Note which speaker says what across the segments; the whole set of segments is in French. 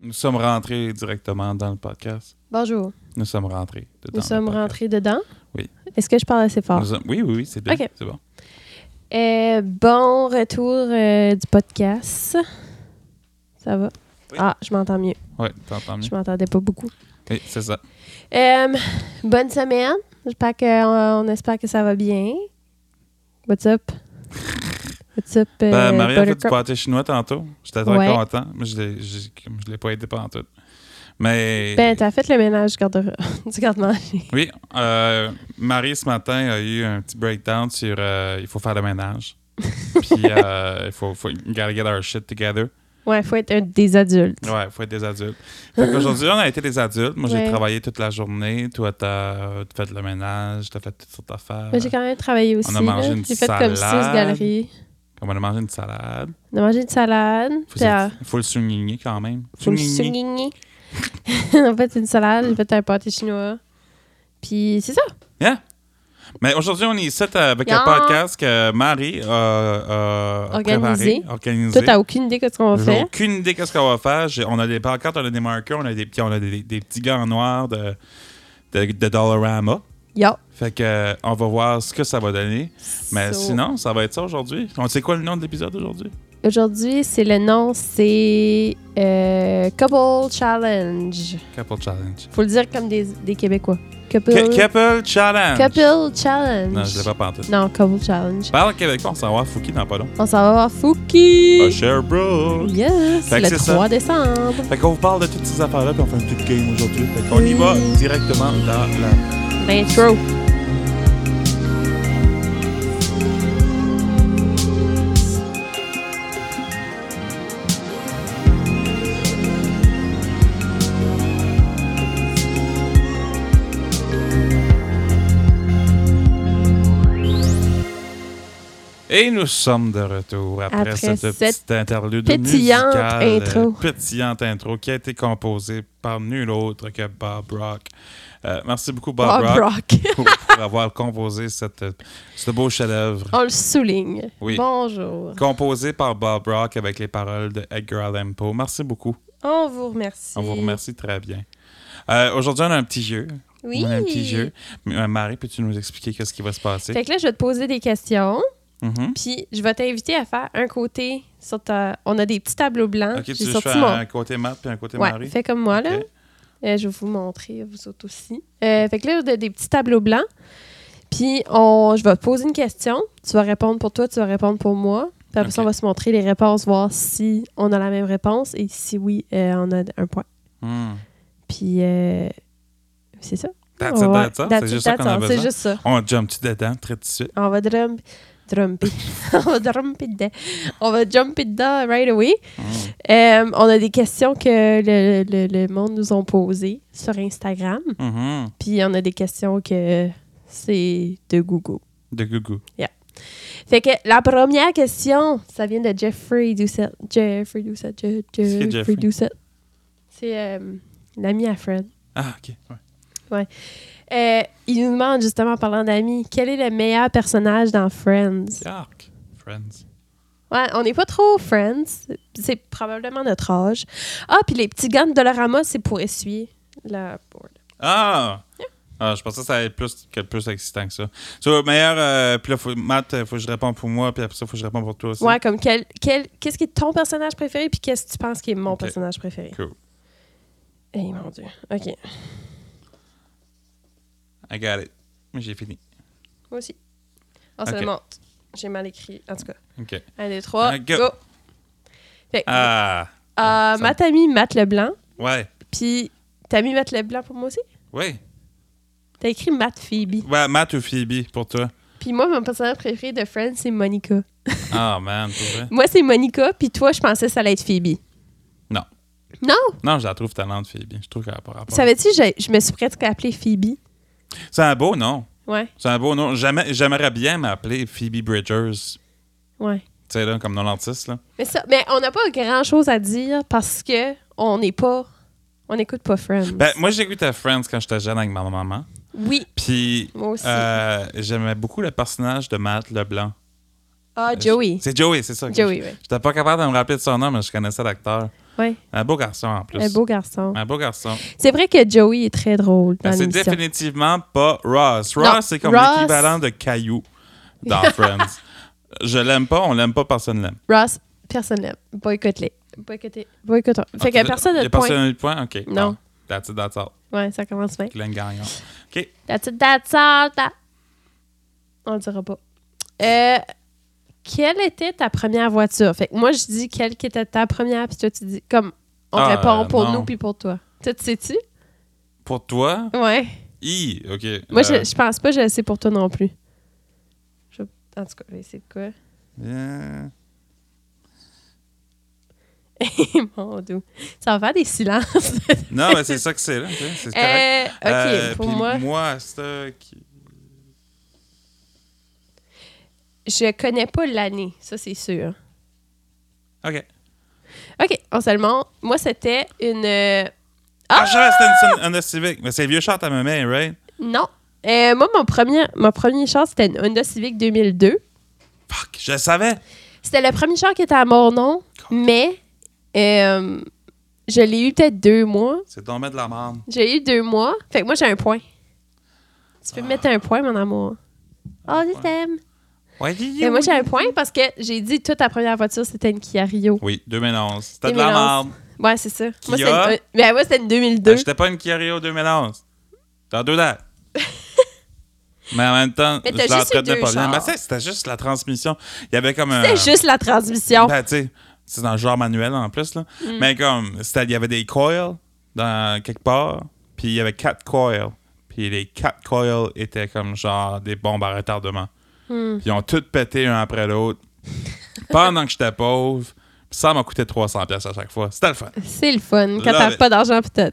Speaker 1: Nous sommes rentrés directement dans le podcast.
Speaker 2: Bonjour.
Speaker 1: Nous sommes rentrés dedans.
Speaker 2: Nous
Speaker 1: le
Speaker 2: sommes
Speaker 1: podcast.
Speaker 2: rentrés dedans.
Speaker 1: Oui.
Speaker 2: Est-ce que je parle assez fort?
Speaker 1: Nous sommes- Oui, oui, oui, c'est bien.
Speaker 2: Ok.
Speaker 1: C'est bon.
Speaker 2: Euh, bon retour euh, du podcast. Ça va?
Speaker 1: Oui. Mm.
Speaker 2: Ah, je m'entends mieux.
Speaker 1: Oui, t'entends mieux.
Speaker 2: Je m'entendais pas beaucoup.
Speaker 1: Oui, c'est ça.
Speaker 2: Euh, bonne semaine. J'espère que, euh, on espère que ça va bien. What's up? What's up, euh,
Speaker 1: Ben, Marie a fait du
Speaker 2: Buttercup?
Speaker 1: pâté chinois tantôt. J'étais très
Speaker 2: Ouais.
Speaker 1: content. Mais je l'ai- je je l'ai pas aidé pendant tout. Mais.
Speaker 2: Ben, t'as fait le ménage du garde- du garde-manger.
Speaker 1: Oui, euh, Marie ce matin a eu un petit breakdown sur euh, il faut faire le ménage. Puis euh, il faut, faut you gotta get our shit together.
Speaker 2: ouais, faut être un des adultes.
Speaker 1: Ouais, il faut être des adultes. Fait qu'aujourd'hui, on a été des adultes. Moi, j'ai
Speaker 2: Ouais.
Speaker 1: travaillé toute la journée. Toi, t'as t'as fait le ménage, t'as fait toutes sortes d'affaires.
Speaker 2: Mais j'ai quand même travaillé aussi.
Speaker 1: a mangé
Speaker 2: là.
Speaker 1: une
Speaker 2: J'ai fait comme six
Speaker 1: salade.
Speaker 2: galeries.
Speaker 1: Comme on a mangé une salade.
Speaker 2: On a mangé une salade.
Speaker 1: Faut,
Speaker 2: Puis, euh,
Speaker 1: faut le souligner quand même.
Speaker 2: Faut le
Speaker 1: Souligner.
Speaker 2: souligner. en fait, une salade, j'ai fait un pâté chinois. Puis c'est ça.
Speaker 1: Mais aujourd'hui, on est ici euh, avec
Speaker 2: Yeah.
Speaker 1: un podcast que Marie a, a- a
Speaker 2: Organisé.
Speaker 1: préparé, organisé.
Speaker 2: Toi, t'as aucune idée de ce qu'on va
Speaker 1: J'ai
Speaker 2: faire.
Speaker 1: aucune idée qu'est-ce qu'on va faire. J'ai- on a des pancartes, on a des marqueurs, on a des, puis on a des, des petits gars en noir de, de, de Dollarama.
Speaker 2: Yo.
Speaker 1: Fait que euh, on va voir ce que ça va donner. Mais Ben,
Speaker 2: So,
Speaker 1: sinon, ça va être ça aujourd'hui. On sait quoi le nom de l'épisode aujourd'hui?
Speaker 2: Aujourd'hui, c'est le nom, c'est euh, Couple Challenge.
Speaker 1: Couple Challenge.
Speaker 2: Faut le dire comme des, des Québécois. Couple,
Speaker 1: Ca- Couple Challenge!
Speaker 2: couple Challenge.
Speaker 1: Non, je l'ai pas pantoute.
Speaker 2: Non, Couple Challenge.
Speaker 1: Parle québécois, on s'en va à Fouki dans pas long.
Speaker 2: On s'en va voir Fouki.
Speaker 1: À Sherbrooke!
Speaker 2: yes,
Speaker 1: Fait que
Speaker 2: le
Speaker 1: c'est ça.
Speaker 2: 3 décembre.
Speaker 1: Fait qu'on vous parle de toutes ces affaires-là, puis on fait une petite game aujourd'hui. Fait qu'on y va directement dans la
Speaker 2: L'intro.
Speaker 1: Et nous sommes de retour après,
Speaker 2: Après
Speaker 1: cette,
Speaker 2: cette
Speaker 1: petite interlude
Speaker 2: pétillante
Speaker 1: musicale, euh,
Speaker 2: intro.
Speaker 1: pétillante intro qui a été composée par nul autre que Bob Rock. Euh, merci beaucoup Bob, Rock,
Speaker 2: Rock.
Speaker 1: Pour, pour avoir composé cette, euh, ce beau chef-d'œuvre.
Speaker 2: On le souligne.
Speaker 1: Oui.
Speaker 2: Bonjour.
Speaker 1: Composé par Bob Rock avec les paroles de Edgar Allan Poe. Merci beaucoup.
Speaker 2: On vous remercie.
Speaker 1: On vous remercie très bien. Euh, Aujourd'hui, on a un petit jeu.
Speaker 2: Oui.
Speaker 1: On a un petit jeu. Euh, Marie, peux-tu nous expliquer ce qui va se passer?
Speaker 2: Fait hein, que là, je vais te poser des questions,
Speaker 1: Mhm.
Speaker 2: puis je vais t'inviter à faire un côté sur ta. On a des petits tableaux blancs.
Speaker 1: Ok, tu veux
Speaker 2: J'ai
Speaker 1: que je
Speaker 2: sorti
Speaker 1: fais
Speaker 2: mon.
Speaker 1: un côté Matt puis un côté
Speaker 2: ouais,
Speaker 1: Marie?
Speaker 2: fais comme moi, là.
Speaker 1: Ok.
Speaker 2: Euh, je vais vous montrer, à vous autres aussi. Euh, fait que là, on a des petits tableaux blancs. Puis on... je vais te poser une question. Tu vas répondre pour toi, tu vas répondre pour moi. Puis après ça,
Speaker 1: Ok.
Speaker 2: on va se montrer les réponses, voir si on a la même réponse et si oui, euh, on a un point.
Speaker 1: Hmm.
Speaker 2: Puis euh, c'est ça.
Speaker 1: That's it, that's
Speaker 2: Ouais,
Speaker 1: it. C'est
Speaker 2: that's it,
Speaker 1: juste ça qu'on a
Speaker 2: that's it. C'est
Speaker 1: besoin.
Speaker 2: juste ça.
Speaker 1: On jump-tu dedans très tout de suite?
Speaker 2: On va drum, drumper. on va drumper dedans. On va jumper dedans right away.
Speaker 1: Hmm.
Speaker 2: Euh, on a des questions que le, le- le monde nous ont posées sur Instagram.
Speaker 1: Mhm.
Speaker 2: Puis on a des questions que c'est de Google.
Speaker 1: De gougou.
Speaker 2: Fait que la première question, ça vient de Jeffrey Doucette. Jeffrey Doucette. Je-
Speaker 1: qui
Speaker 2: Jeffrey,
Speaker 1: Jeffrey?
Speaker 2: Doucette. C'est euh, l'ami à Fred.
Speaker 1: Ah, OK. Ouais.
Speaker 2: Euh, il nous demande justement en parlant d'amis, quel est le meilleur personnage dans Friends?
Speaker 1: Yark. Friends.
Speaker 2: Ouais, on n'est pas trop Friends. C'est probablement notre âge. Ah, puis les petits gants de Dolorama, c'est pour essuyer la board.
Speaker 1: Ah! Ah, je pensais que ça allait être plus, que plus excitant que ça. So, meilleur, euh, puis là, faut, Matt, euh, faut que je réponde pour moi, puis après ça, faut que je réponde pour toi aussi.
Speaker 2: Ouais, comme quel, quel, qu'est-ce qui est ton personnage préféré, puis qu'est-ce que tu penses qui est mon
Speaker 1: Ok.
Speaker 2: personnage préféré?
Speaker 1: Cool.
Speaker 2: Eh mon Dieu. OK.
Speaker 1: I got it. Moi, J'ai fini.
Speaker 2: Moi aussi. On se
Speaker 1: Ok.
Speaker 2: le montre. J'ai mal écrit. En tout cas,
Speaker 1: OK.
Speaker 2: un, deux, trois,
Speaker 1: Euh, go.
Speaker 2: go! Fait que,
Speaker 1: Ah!
Speaker 2: euh, ma tamie Matt Leblanc,
Speaker 1: Ouais.
Speaker 2: puis t'as mis Matt Leblanc pour moi aussi?
Speaker 1: Oui.
Speaker 2: T'as écrit Matt Phoebe.
Speaker 1: Ouais, Matt ou Phoebe, pour toi?
Speaker 2: Puis moi, mon personnage préféré de Friends, c'est Monica.
Speaker 1: Ah, man, pour vrai?
Speaker 2: Moi, c'est Monica, puis toi, je pensais que ça allait être Phoebe.
Speaker 1: Non.
Speaker 2: Non?
Speaker 1: Non, je la trouve talente, Phoebe. Je trouve qu'elle a pas rapport.
Speaker 2: Savais-tu, j'ai- je me suis presque appelée Phoebe.
Speaker 1: C'est un beau nom.
Speaker 2: Ouais,
Speaker 1: C'est un beau nom. Jamais- J'aimerais bien m'appeler Phoebe Bridgers.
Speaker 2: ouais.
Speaker 1: Tu sais, là, comme non l'artiste, là.
Speaker 2: Mais ça, mais on n'a pas grand-chose à dire parce que on n'est pas... On n'écoute pas Friends.
Speaker 1: Ben, moi, j'écoutais Friends quand j'étais jeune avec ma maman.
Speaker 2: oui,
Speaker 1: Puis,
Speaker 2: moi aussi.
Speaker 1: euh, j'aimais beaucoup le personnage de Matt Leblanc.
Speaker 2: Ah,
Speaker 1: Euh,
Speaker 2: Joey.
Speaker 1: C'est Joey, c'est ça. que
Speaker 2: Joey, oui.
Speaker 1: je- J'étais pas capable de me rappeler de son nom, mais je connaissais l'acteur.
Speaker 2: Ouais,
Speaker 1: Un beau garçon en plus.
Speaker 2: un beau garçon.
Speaker 1: Un beau garçon.
Speaker 2: C'est vrai que Joey est très drôle dans
Speaker 1: Ben, c'est
Speaker 2: l'émission.
Speaker 1: définitivement pas Ross.
Speaker 2: Non,
Speaker 1: Ross, c'est comme
Speaker 2: Ross-
Speaker 1: l'équivalent de Caillou dans Friends. Je l'aime pas, on l'aime pas, personne l'aime.
Speaker 2: Ross, personne l'aime. Boycott-les. Boycott-les. Boycott Fait que personne
Speaker 1: Il
Speaker 2: n'a
Speaker 1: y
Speaker 2: de
Speaker 1: a
Speaker 2: point.
Speaker 1: personne de point? OK.
Speaker 2: Non.
Speaker 1: Bon. That's it, that's all.
Speaker 2: Ouais, ça commence bien.
Speaker 1: Glenn Gagnon. OK.
Speaker 2: That's it, that's all. that- On le dira pas. Euh, quelle était ta première voiture? Fait que moi, je dis quelle qui était ta première, puis toi, tu dis comme on
Speaker 1: Ah,
Speaker 2: répond
Speaker 1: euh,
Speaker 2: pour
Speaker 1: non.
Speaker 2: nous puis pour toi. Toi, tu sais-tu?
Speaker 1: Pour toi,
Speaker 2: Ouais.
Speaker 1: I. OK.
Speaker 2: Moi, je,
Speaker 1: euh,
Speaker 2: je pense pas que je le sais pour toi non plus. Je- En tout cas, je vais essayer de quoi?
Speaker 1: euh,
Speaker 2: Mon dieu. Ça va faire des silences.
Speaker 1: Non, mais c'est ça que c'est, là. tu sais, C'est correct.
Speaker 2: Euh, ok,
Speaker 1: Euh,
Speaker 2: pour
Speaker 1: puis
Speaker 2: moi,
Speaker 1: Moi, c'est euh, qui-
Speaker 2: je connais pas l'année, ça c'est sûr.
Speaker 1: OK.
Speaker 2: Ok, en seulement, moi c'était une. euh,
Speaker 1: Ah, je reste une Honda Civic. Mais c'est vieux char à ma main, right?
Speaker 2: Non. Euh, moi, mon premier, mon premier char, c'était une Honda Civic 2002.
Speaker 1: Fuck, je le savais.
Speaker 2: C'était le premier char qui était à mon nom, mais euh, je l'ai eu peut-être deux mois.
Speaker 1: C'est tombé de la merde.
Speaker 2: J'ai eu deux mois. Fait que moi, j'ai un point. Tu peux me mettre un point, mon amour. Oh, je t'aime.
Speaker 1: Ouais, dis
Speaker 2: Mais moi, j'ai un point parce que j'ai dit toute ta première voiture, c'était une Kia Rio.
Speaker 1: Oui, 2011. C'était de la
Speaker 2: 2011.
Speaker 1: merde.
Speaker 2: Ouais, c'est ça. Moi,
Speaker 1: Kia?
Speaker 2: c'était une- Mais moi, c'était une 2002.
Speaker 1: Ah, J'étais pas une Kia Rio 2011. Dans deux dates. Mais en même temps,
Speaker 2: Mais
Speaker 1: je
Speaker 2: t'as juste eu
Speaker 1: l'entretenais
Speaker 2: deux
Speaker 1: pas bien.
Speaker 2: chars.
Speaker 1: Mais tu sais, c'était juste la transmission. Il y avait comme un.
Speaker 2: C'était juste la transmission.
Speaker 1: Ben, tu sais, c'est dans le genre manuel en plus. Là.
Speaker 2: Hmm.
Speaker 1: Mais comme, c'était- il y avait des coils dans, quelque part, puis il y avait quatre coils. Puis les quatre coils étaient comme genre des bombes à retardement.
Speaker 2: Hmm.
Speaker 1: Puis ils ont toutes pété un après l'autre. Pendant que j'étais pauvre, Puis ça m'a coûté 300$ piastres à chaque fois. C'était le fun.
Speaker 2: C'est le fun. Quand
Speaker 1: Love
Speaker 2: t'as
Speaker 1: it.
Speaker 2: pas d'argent, pis t'as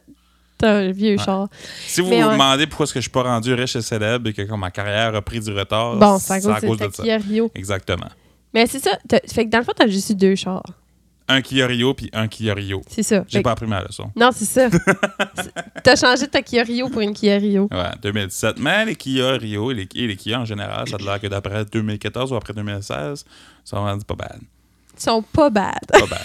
Speaker 2: t'as un vieux char.
Speaker 1: Si vous
Speaker 2: Mais
Speaker 1: vous
Speaker 2: ouais.
Speaker 1: demandez pourquoi est-ce que je suis pas rendu riche et célèbre et que comme, ma carrière a pris du retard,
Speaker 2: Bon, c'est à cause, de, ta
Speaker 1: de ça.
Speaker 2: Kia Rio.
Speaker 1: Exactement.
Speaker 2: Mais c'est ça. t'as- Fait que dans le fond, t'as juste eu deux chars.
Speaker 1: Un Kia Rio puis un Kia Rio.
Speaker 2: C'est ça.
Speaker 1: J'ai
Speaker 2: Fait que-
Speaker 1: pas appris ma leçon.
Speaker 2: Non, c'est ça. C'est- t'as changé ta Kia Rio pour une Kia Rio.
Speaker 1: Ouais, 2017. Mais les Kia Rio et les, et les Kia en général, ça a l'air que d'après 2014 ou après 2016, sont rendus pas bad.
Speaker 2: Ils sont pas bad.
Speaker 1: Pas bad.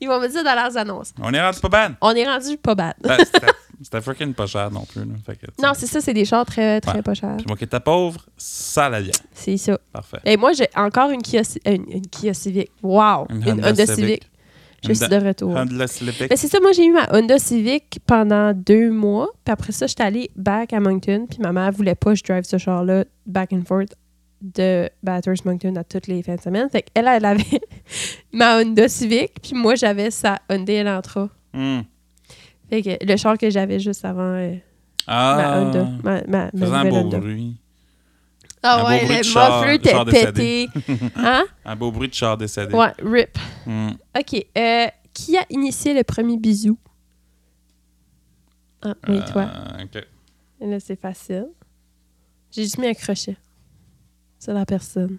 Speaker 2: Ils vont me dire dans leurs annonces.
Speaker 1: On est rendu pas bad.
Speaker 2: On est rendu pas bad.
Speaker 1: Ben, c'était- C'était freaking pas cher non plus. là. Fait que, tu sais.
Speaker 2: Non, c'est ça, c'est des chars très, très
Speaker 1: Ouais.
Speaker 2: pas chers.
Speaker 1: Puis moi qui étais pauvre, ça allait bien.
Speaker 2: C'est ça.
Speaker 1: Parfait.
Speaker 2: Et moi, j'ai encore une Kia, Ci- une, une Kia Civic. Wow! Une, Honda, Civic. Je suis
Speaker 1: Honda-
Speaker 2: de retour.
Speaker 1: Honda Civic.
Speaker 2: Mais Ben, c'est ça, moi, j'ai eu ma Honda Civic pendant deux mois. Puis après ça, j'étais allée back à Moncton. Puis ma mère voulait pas que je drive ce char-là back and forth de Bathurst Moncton à toutes les fins de semaine. Fait qu'elle, elle avait ma Honda Civic. Puis moi, j'avais sa Honda Elantra.
Speaker 1: Hmm.
Speaker 2: Fait que le char que j'avais juste avant euh, ma
Speaker 1: Ah,
Speaker 2: Honda. Ma, ma, ma
Speaker 1: faisant un
Speaker 2: nouvelle
Speaker 1: beau
Speaker 2: Honda.
Speaker 1: bruit.
Speaker 2: Ah
Speaker 1: un beau
Speaker 2: ouais,
Speaker 1: bruit de
Speaker 2: le
Speaker 1: char-
Speaker 2: muffler
Speaker 1: char
Speaker 2: était
Speaker 1: décédé.
Speaker 2: pété. Hein?
Speaker 1: Un beau bruit de char décédé.
Speaker 2: Ouais, rip.
Speaker 1: Hmm.
Speaker 2: OK. euh, qui a initié le premier bisou? Ah, oui, toi.
Speaker 1: Euh, ok.
Speaker 2: Là, c'est facile. J'ai juste mis un crochet sur la personne.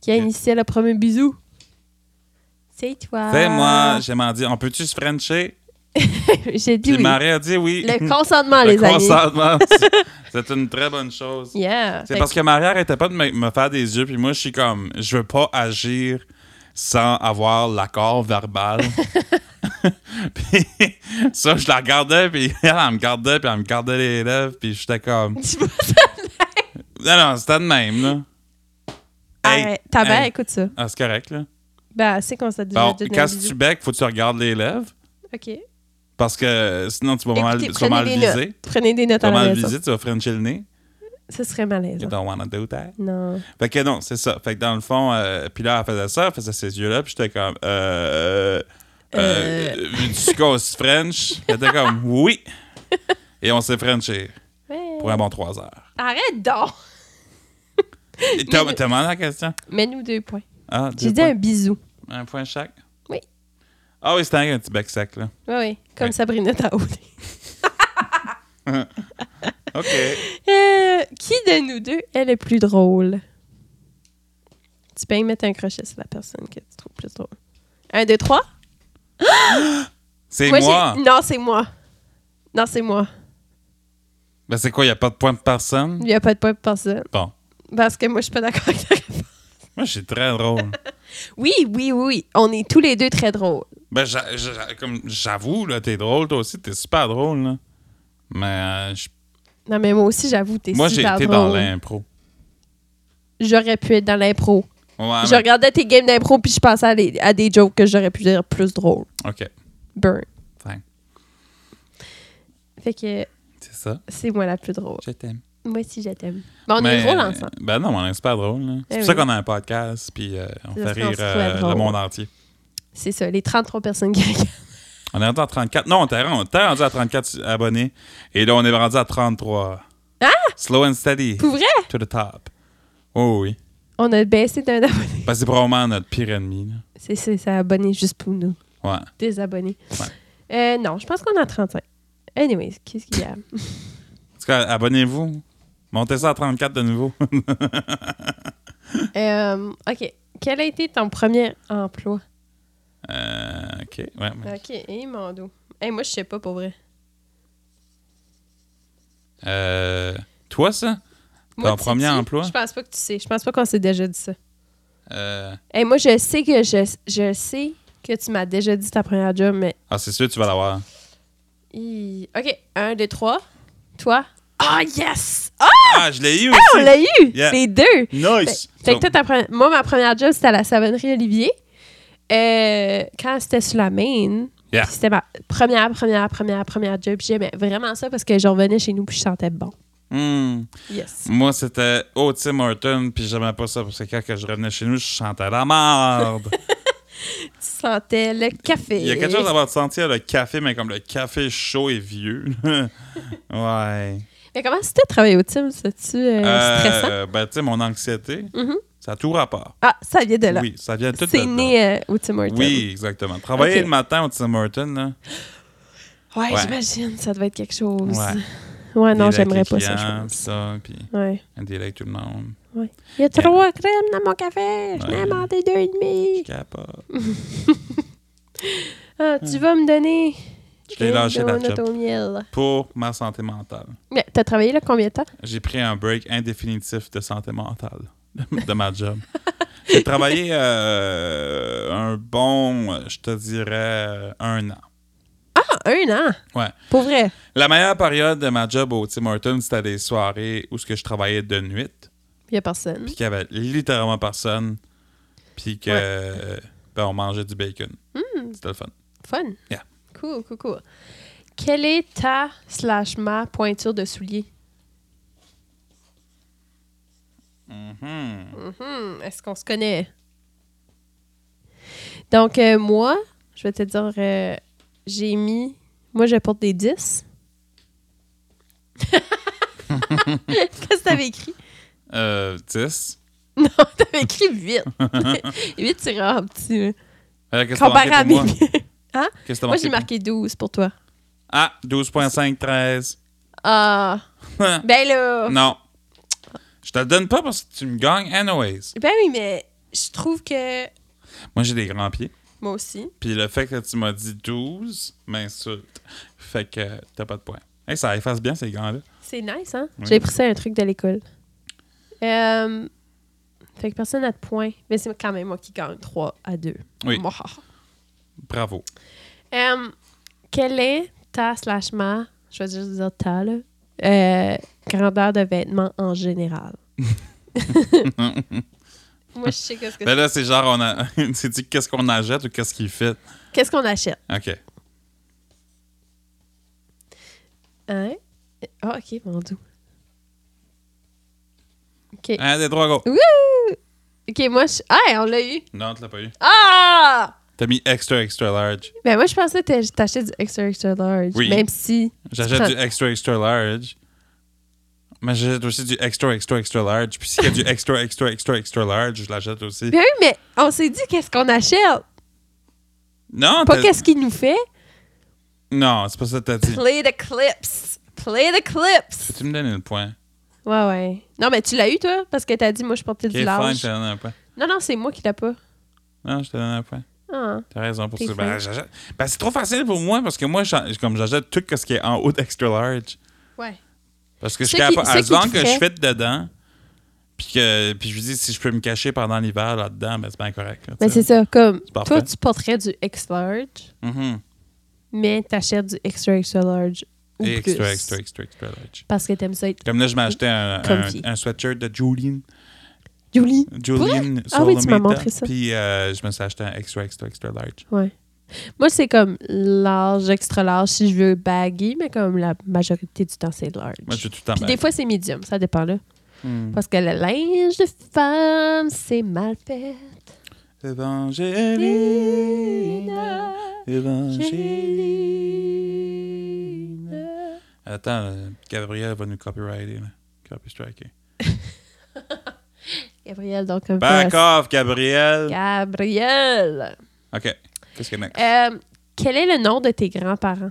Speaker 2: Qui a
Speaker 1: Ok.
Speaker 2: initié le premier bisou? C'est toi.
Speaker 1: Fais moi, j'ai m'en dit, on peut-tu se frencher?
Speaker 2: J'ai dit
Speaker 1: Puis
Speaker 2: oui.
Speaker 1: Marie a dit oui.
Speaker 2: Le consentement,
Speaker 1: Le
Speaker 2: les amis.
Speaker 1: consentement, c'est- c'est une très bonne chose.
Speaker 2: Yeah.
Speaker 1: C'est
Speaker 2: Fait
Speaker 1: parce que Marie arrêtait pas de me, me faire des yeux, puis moi, je suis comme, je veux pas agir sans avoir l'accord verbal. puis ça, je la regardais, puis elle, elle me gardait, puis elle me gardait les lèvres, puis j'étais comme.
Speaker 2: que- Tu vois,
Speaker 1: Non, non, c'était de même, là. Hey,
Speaker 2: Arrête. Ta mère
Speaker 1: hey.
Speaker 2: écoute ça.
Speaker 1: Ah, c'est correct, là.
Speaker 2: Ben, c'est qu'on s'est déjà
Speaker 1: Bon,
Speaker 2: donné un
Speaker 1: quand
Speaker 2: bisou.
Speaker 1: tu becs, faut que tu regardes les lèvres.
Speaker 2: OK.
Speaker 1: Parce que sinon, tu vas mal,
Speaker 2: Écoutez,
Speaker 1: tu vas mal
Speaker 2: prenez des
Speaker 1: viser.
Speaker 2: notes. Prenez des notes
Speaker 1: Tu vas
Speaker 2: à la
Speaker 1: mal
Speaker 2: maison.
Speaker 1: viser, tu vas frencher le nez.
Speaker 2: Ce serait malaisant.
Speaker 1: You don't wanna do that.
Speaker 2: Non.
Speaker 1: hein. Fait que non, c'est ça. Fait que dans le fond, euh, puis là, elle faisait ça, elle faisait ses yeux-là, puis j'étais comme, euh. Euh.
Speaker 2: Euh.
Speaker 1: euh, Veux-tu qu'on se French? Elle était comme, oui. Et on s'est Frenché
Speaker 2: Ouais.
Speaker 1: pour un bon trois heures.
Speaker 2: Arrête donc!
Speaker 1: Et T'as t'as demandé la question?
Speaker 2: Mets-nous deux points.
Speaker 1: Ah,
Speaker 2: J'ai
Speaker 1: deux
Speaker 2: dit
Speaker 1: points.
Speaker 2: un bisou.
Speaker 1: un... point chaque?
Speaker 2: Oui.
Speaker 1: Ah oui, c'était un petit bec sec, là.
Speaker 2: Oui, oui. Comme
Speaker 1: Ouais.
Speaker 2: Sabrina Taouli.
Speaker 1: OK.
Speaker 2: Euh, qui de nous deux est le plus drôle? Tu peux y mettre un crochet sur la personne que tu trouves plus drôle. Un, deux, trois.
Speaker 1: C'est
Speaker 2: Moi,
Speaker 1: moi.
Speaker 2: j'ai- Non, c'est moi. Non, c'est moi.
Speaker 1: Ben, c'est quoi, il n'y a pas de point de personne?
Speaker 2: Il n'y a pas de point pour ça.
Speaker 1: Bon.
Speaker 2: Parce que moi, je suis pas d'accord avec ta réponse.
Speaker 1: Moi, je suis très drôle.
Speaker 2: Oui, oui, oui. On est tous les deux très drôles.
Speaker 1: Ben, j'a- j'a- comme j'avoue, là, t'es drôle, toi aussi, t'es super drôle, là. Mais euh, je-
Speaker 2: Non, mais moi aussi, j'avoue, t'es
Speaker 1: moi, j'ai
Speaker 2: super
Speaker 1: été dans
Speaker 2: drôle.
Speaker 1: l'impro.
Speaker 2: J'aurais pu être dans l'impro.
Speaker 1: Ouais,
Speaker 2: je
Speaker 1: Ah, mais-
Speaker 2: regardais tes games d'impro puis je pensais à, les- à des jokes que j'aurais pu dire plus drôles.
Speaker 1: Ok,
Speaker 2: Burn.
Speaker 1: Fine.
Speaker 2: Fait que
Speaker 1: c'est ça.
Speaker 2: c'est moi la plus drôle.
Speaker 1: Je t'aime.
Speaker 2: Moi aussi, je t'aime. Mais on
Speaker 1: Mais,
Speaker 2: est drôle
Speaker 1: euh,
Speaker 2: ensemble.
Speaker 1: Ben non, on est super drôle. là. C'est
Speaker 2: Eh
Speaker 1: pour ça
Speaker 2: oui.
Speaker 1: qu'on a un podcast, puis euh, on
Speaker 2: C'est
Speaker 1: fait
Speaker 2: parce qu'on
Speaker 1: rire
Speaker 2: se
Speaker 1: euh,
Speaker 2: trouve
Speaker 1: le
Speaker 2: drôle.
Speaker 1: monde entier.
Speaker 2: C'est ça, les 33 personnes qui regardent.
Speaker 1: On est rendu à 34. Non, on était on était rendu à 34 abonnés. Et là, on est rendu à 33.
Speaker 2: Ah!
Speaker 1: Slow and steady.
Speaker 2: Pour vrai?
Speaker 1: To the top. Oh oui.
Speaker 2: On a baissé d'un abonné.
Speaker 1: Parce que c'est probablement notre pire ennemi.
Speaker 2: C'est ça, ça abonné juste pour nous.
Speaker 1: là. Ouais.
Speaker 2: Des abonnés. Euh, non, je pense qu'on a 35. Anyways, qu'est-ce qu'il y a?
Speaker 1: En tout cas, abonnez-vous. Montez ça à 34 de nouveau.
Speaker 2: Euh, OK. Quel a été ton premier emploi?
Speaker 1: Euh, ok, ouais. mais-
Speaker 2: OK. Et mon dos. Hey, moi, je sais pas pour vrai.
Speaker 1: Euh, toi, ça?
Speaker 2: Moi,
Speaker 1: Ton
Speaker 2: tu-
Speaker 1: premier
Speaker 2: tu-
Speaker 1: emploi?
Speaker 2: Je pense pas que tu sais. Je pense pas qu'on s'est déjà dit ça.
Speaker 1: Euh,
Speaker 2: Hey, moi, je sais que je, je sais que tu m'as déjà dit ta première job, mais.
Speaker 1: Ah, c'est sûr, tu vas l'avoir.
Speaker 2: Hi. OK. Un, deux, trois. Toi. Ah, yes! Ah,
Speaker 1: Ah, je l'ai eu
Speaker 2: on
Speaker 1: aussi!
Speaker 2: l'a eu!
Speaker 1: Yeah.
Speaker 2: Les deux!
Speaker 1: Nice!
Speaker 2: Fait que toi, ta pre- moi, ma première job, c'était à la savonnerie Olivier. Euh, quand c'était sur la Maine,
Speaker 1: Yeah.
Speaker 2: puis c'était ma première, première, première, première job. Puis J'aimais vraiment ça parce que je revenais chez nous puis je sentais bon.
Speaker 1: Hmm.
Speaker 2: Yes.
Speaker 1: Moi, c'était au Tim Horton, puis j'aimais pas ça parce que quand que je revenais chez nous, je chantais la merde.
Speaker 2: Tu sentais le café.
Speaker 1: Il y a quelque chose à avoir senti à le café, mais comme le café chaud et vieux. ouais.
Speaker 2: Mais comment c'était de travailler au team? C'était-tu euh,
Speaker 1: Euh,
Speaker 2: stressant?
Speaker 1: ben, tu sais, mon anxiété,
Speaker 2: Mhm.
Speaker 1: ça a tout rapport.
Speaker 2: Ah, ça vient de là.
Speaker 1: Oui, ça vient tout de
Speaker 2: C'est
Speaker 1: là.
Speaker 2: né euh, au Tim Hortons.
Speaker 1: Oui, exactement. Travailler
Speaker 2: Ok.
Speaker 1: le matin au Tim Horton, là.
Speaker 2: Ouais,
Speaker 1: Ouais.
Speaker 2: j'imagine, ça devait être quelque chose.
Speaker 1: Ouais.
Speaker 2: Ouais, Ah non,
Speaker 1: Dealer avec
Speaker 2: j'aimerais
Speaker 1: les
Speaker 2: pas ça, je
Speaker 1: clients,
Speaker 2: pense.
Speaker 1: pis ça, puis
Speaker 2: Ouais.
Speaker 1: un délai avec tout le monde.
Speaker 2: Il y a trois crèmes dans mon café. Je
Speaker 1: Ouais.
Speaker 2: n'ai demandé deux et
Speaker 1: Je
Speaker 2: demi.
Speaker 1: capote.
Speaker 2: Ah, tu vas me donner.
Speaker 1: Je l'ai lâché
Speaker 2: ben,
Speaker 1: la job.
Speaker 2: au miel.
Speaker 1: Pour ma santé mentale.
Speaker 2: Mais t'as travaillé là combien de temps?
Speaker 1: J'ai pris un break indéfinitif de santé mentale de ma job. J'ai travaillé euh, un bon, je te dirais, un an.
Speaker 2: Ah, un an.
Speaker 1: Ouais.
Speaker 2: Pour vrai.
Speaker 1: La meilleure période de ma job au Tim Hortons, c'était des soirées où ce que je travaillais de nuit,
Speaker 2: Il y a personne.
Speaker 1: puis qu'il y avait littéralement personne, puis que ben, on mangeait du bacon.
Speaker 2: Hmm.
Speaker 1: C'était le fun.
Speaker 2: Fun.
Speaker 1: Yeah.
Speaker 2: Cool, cool, cool. Quelle est ta slash ma pointure de soulier?
Speaker 1: Mhm.
Speaker 2: Mhm. Est-ce qu'on se connaît? Donc, euh, moi, je vais te dire, euh, j'ai mis. Moi, je porte des 10. Qu'est-ce que t'avais écrit?
Speaker 1: Euh, 10.
Speaker 2: Non, t'avais écrit 8. 8, c'est vraiment petit. hein.
Speaker 1: Euh, Qu'est-ce que t'as
Speaker 2: Comparé
Speaker 1: marqué
Speaker 2: à
Speaker 1: pour
Speaker 2: mes.
Speaker 1: moi? Qu'est-ce que t'as
Speaker 2: Moi,
Speaker 1: marqué
Speaker 2: j'ai
Speaker 1: pour-
Speaker 2: marqué 12 pour toi.
Speaker 1: Ah, 12.5, 13.
Speaker 2: Ah. Ben là.
Speaker 1: non. Je te le donne pas parce que tu me gagnes anyways.
Speaker 2: Ben oui, mais je trouve que.
Speaker 1: Moi, j'ai des grands pieds.
Speaker 2: Moi aussi.
Speaker 1: Puis le fait que tu m'as dit 12 m'insulte. Fait que t'as pas de points. Hey, ça efface bien ces gants-là.
Speaker 2: C'est nice, hein?
Speaker 1: Oui.
Speaker 2: J'ai pris ça un truc de l'école. Euh, fait que personne n'a de points. Mais c'est quand même moi qui gagne 3 à 2.
Speaker 1: Oui.
Speaker 2: Moi.
Speaker 1: Bravo.
Speaker 2: Euh, quelle est ta slash ma, je vais juste dire ta, là, euh, grandeur de vêtements en général? moi, je sais qu'est-ce que
Speaker 1: Ben là, c'est genre, on a... c'est dit qu'est-ce qu'on achète ou qu'est-ce qu'il fait.
Speaker 2: Qu'est-ce qu'on achète?
Speaker 1: OK.
Speaker 2: Hein? Ah, OK, mon doux. OK.
Speaker 1: Un des trois, go.
Speaker 2: Wouh! OK, moi, je... Hey, on l'a eu!
Speaker 1: Non, tu l'as pas eu.
Speaker 2: Ah!
Speaker 1: T'as mis extra, extra large.
Speaker 2: Ben moi, je pensais que t'ach- t'achetais du extra extra large.
Speaker 1: Oui.
Speaker 2: Même si.
Speaker 1: J'achète
Speaker 2: prends-
Speaker 1: du extra, extra large. Mais j'achète aussi du extra, extra, extra large. Puis s'il y a du extra, extra, extra, extra large, je l'achète aussi.
Speaker 2: Ben oui, mais on s'est dit qu'est-ce qu'on achète,
Speaker 1: Non,
Speaker 2: pas
Speaker 1: t'as-
Speaker 2: qu'est-ce qu'il nous fait.
Speaker 1: Non, c'est pas ça que t'as dit.
Speaker 2: Play the clips. Play the clips.
Speaker 1: Peux-tu me donner le point?
Speaker 2: Ouais, ouais. Non, mais tu l'as eu, toi, parce que t'as dit, moi, je portais
Speaker 1: Ok,
Speaker 2: du
Speaker 1: fine, je
Speaker 2: large.
Speaker 1: te donne un point.
Speaker 2: Non, non, c'est moi qui l'ai pas.
Speaker 1: Non, je te donne un point.
Speaker 2: Ah.
Speaker 1: T'as raison pour
Speaker 2: T'es
Speaker 1: ça. Ben,
Speaker 2: fin.
Speaker 1: j'achète- ben, c'est trop facile pour moi parce que moi, j'en- comme j'achète tout ce qui est en haut d'extra large.
Speaker 2: Ouais.
Speaker 1: Parce que je
Speaker 2: Ceux
Speaker 1: suis capable.
Speaker 2: qui- ceux
Speaker 1: As
Speaker 2: qui
Speaker 1: long
Speaker 2: te
Speaker 1: que je
Speaker 2: feraient-
Speaker 1: fit dedans, Puis, que, puis je lui dis, si je peux me cacher pendant l'hiver là-dedans, ben c'est bien correct. là,
Speaker 2: Mais
Speaker 1: tu sais.
Speaker 2: c'est ça, comme
Speaker 1: parfait.
Speaker 2: toi, tu porterais du extra-large,
Speaker 1: Mhm.
Speaker 2: mais t'achètes du extra-extra-large ou
Speaker 1: Et
Speaker 2: plus.
Speaker 1: extra, extra, extra, extra large.
Speaker 2: Parce que t'aimes ça être...
Speaker 1: Comme là, je m'ai acheté un, un,
Speaker 2: Comfy.
Speaker 1: un sweatshirt de Julien.
Speaker 2: Julie?
Speaker 1: Julien
Speaker 2: Ah oui, tu m'as
Speaker 1: Solomita.
Speaker 2: montré ça.
Speaker 1: Puis euh, je me suis acheté un extra, extra, extra large.
Speaker 2: Ouais. Moi, c'est comme large, extra-large, si je veux baggy, mais comme la majorité du temps, c'est large.
Speaker 1: Moi, je suis tout le temps.
Speaker 2: Puis des fois, c'est medium, ça dépend là.
Speaker 1: Hmm.
Speaker 2: Parce que le linge de femme, c'est mal fait.
Speaker 1: Évangelina. Évangelina.
Speaker 2: Angelina.
Speaker 1: Attends, euh, Gabriel va nous copyrighter. là. Copy striker.
Speaker 2: Gabrielle, donc, un
Speaker 1: Back off, Gabriel.
Speaker 2: Gabrielle.
Speaker 1: OK. Qu'est-ce que next?
Speaker 2: Euh, quel est le nom de tes grands-parents?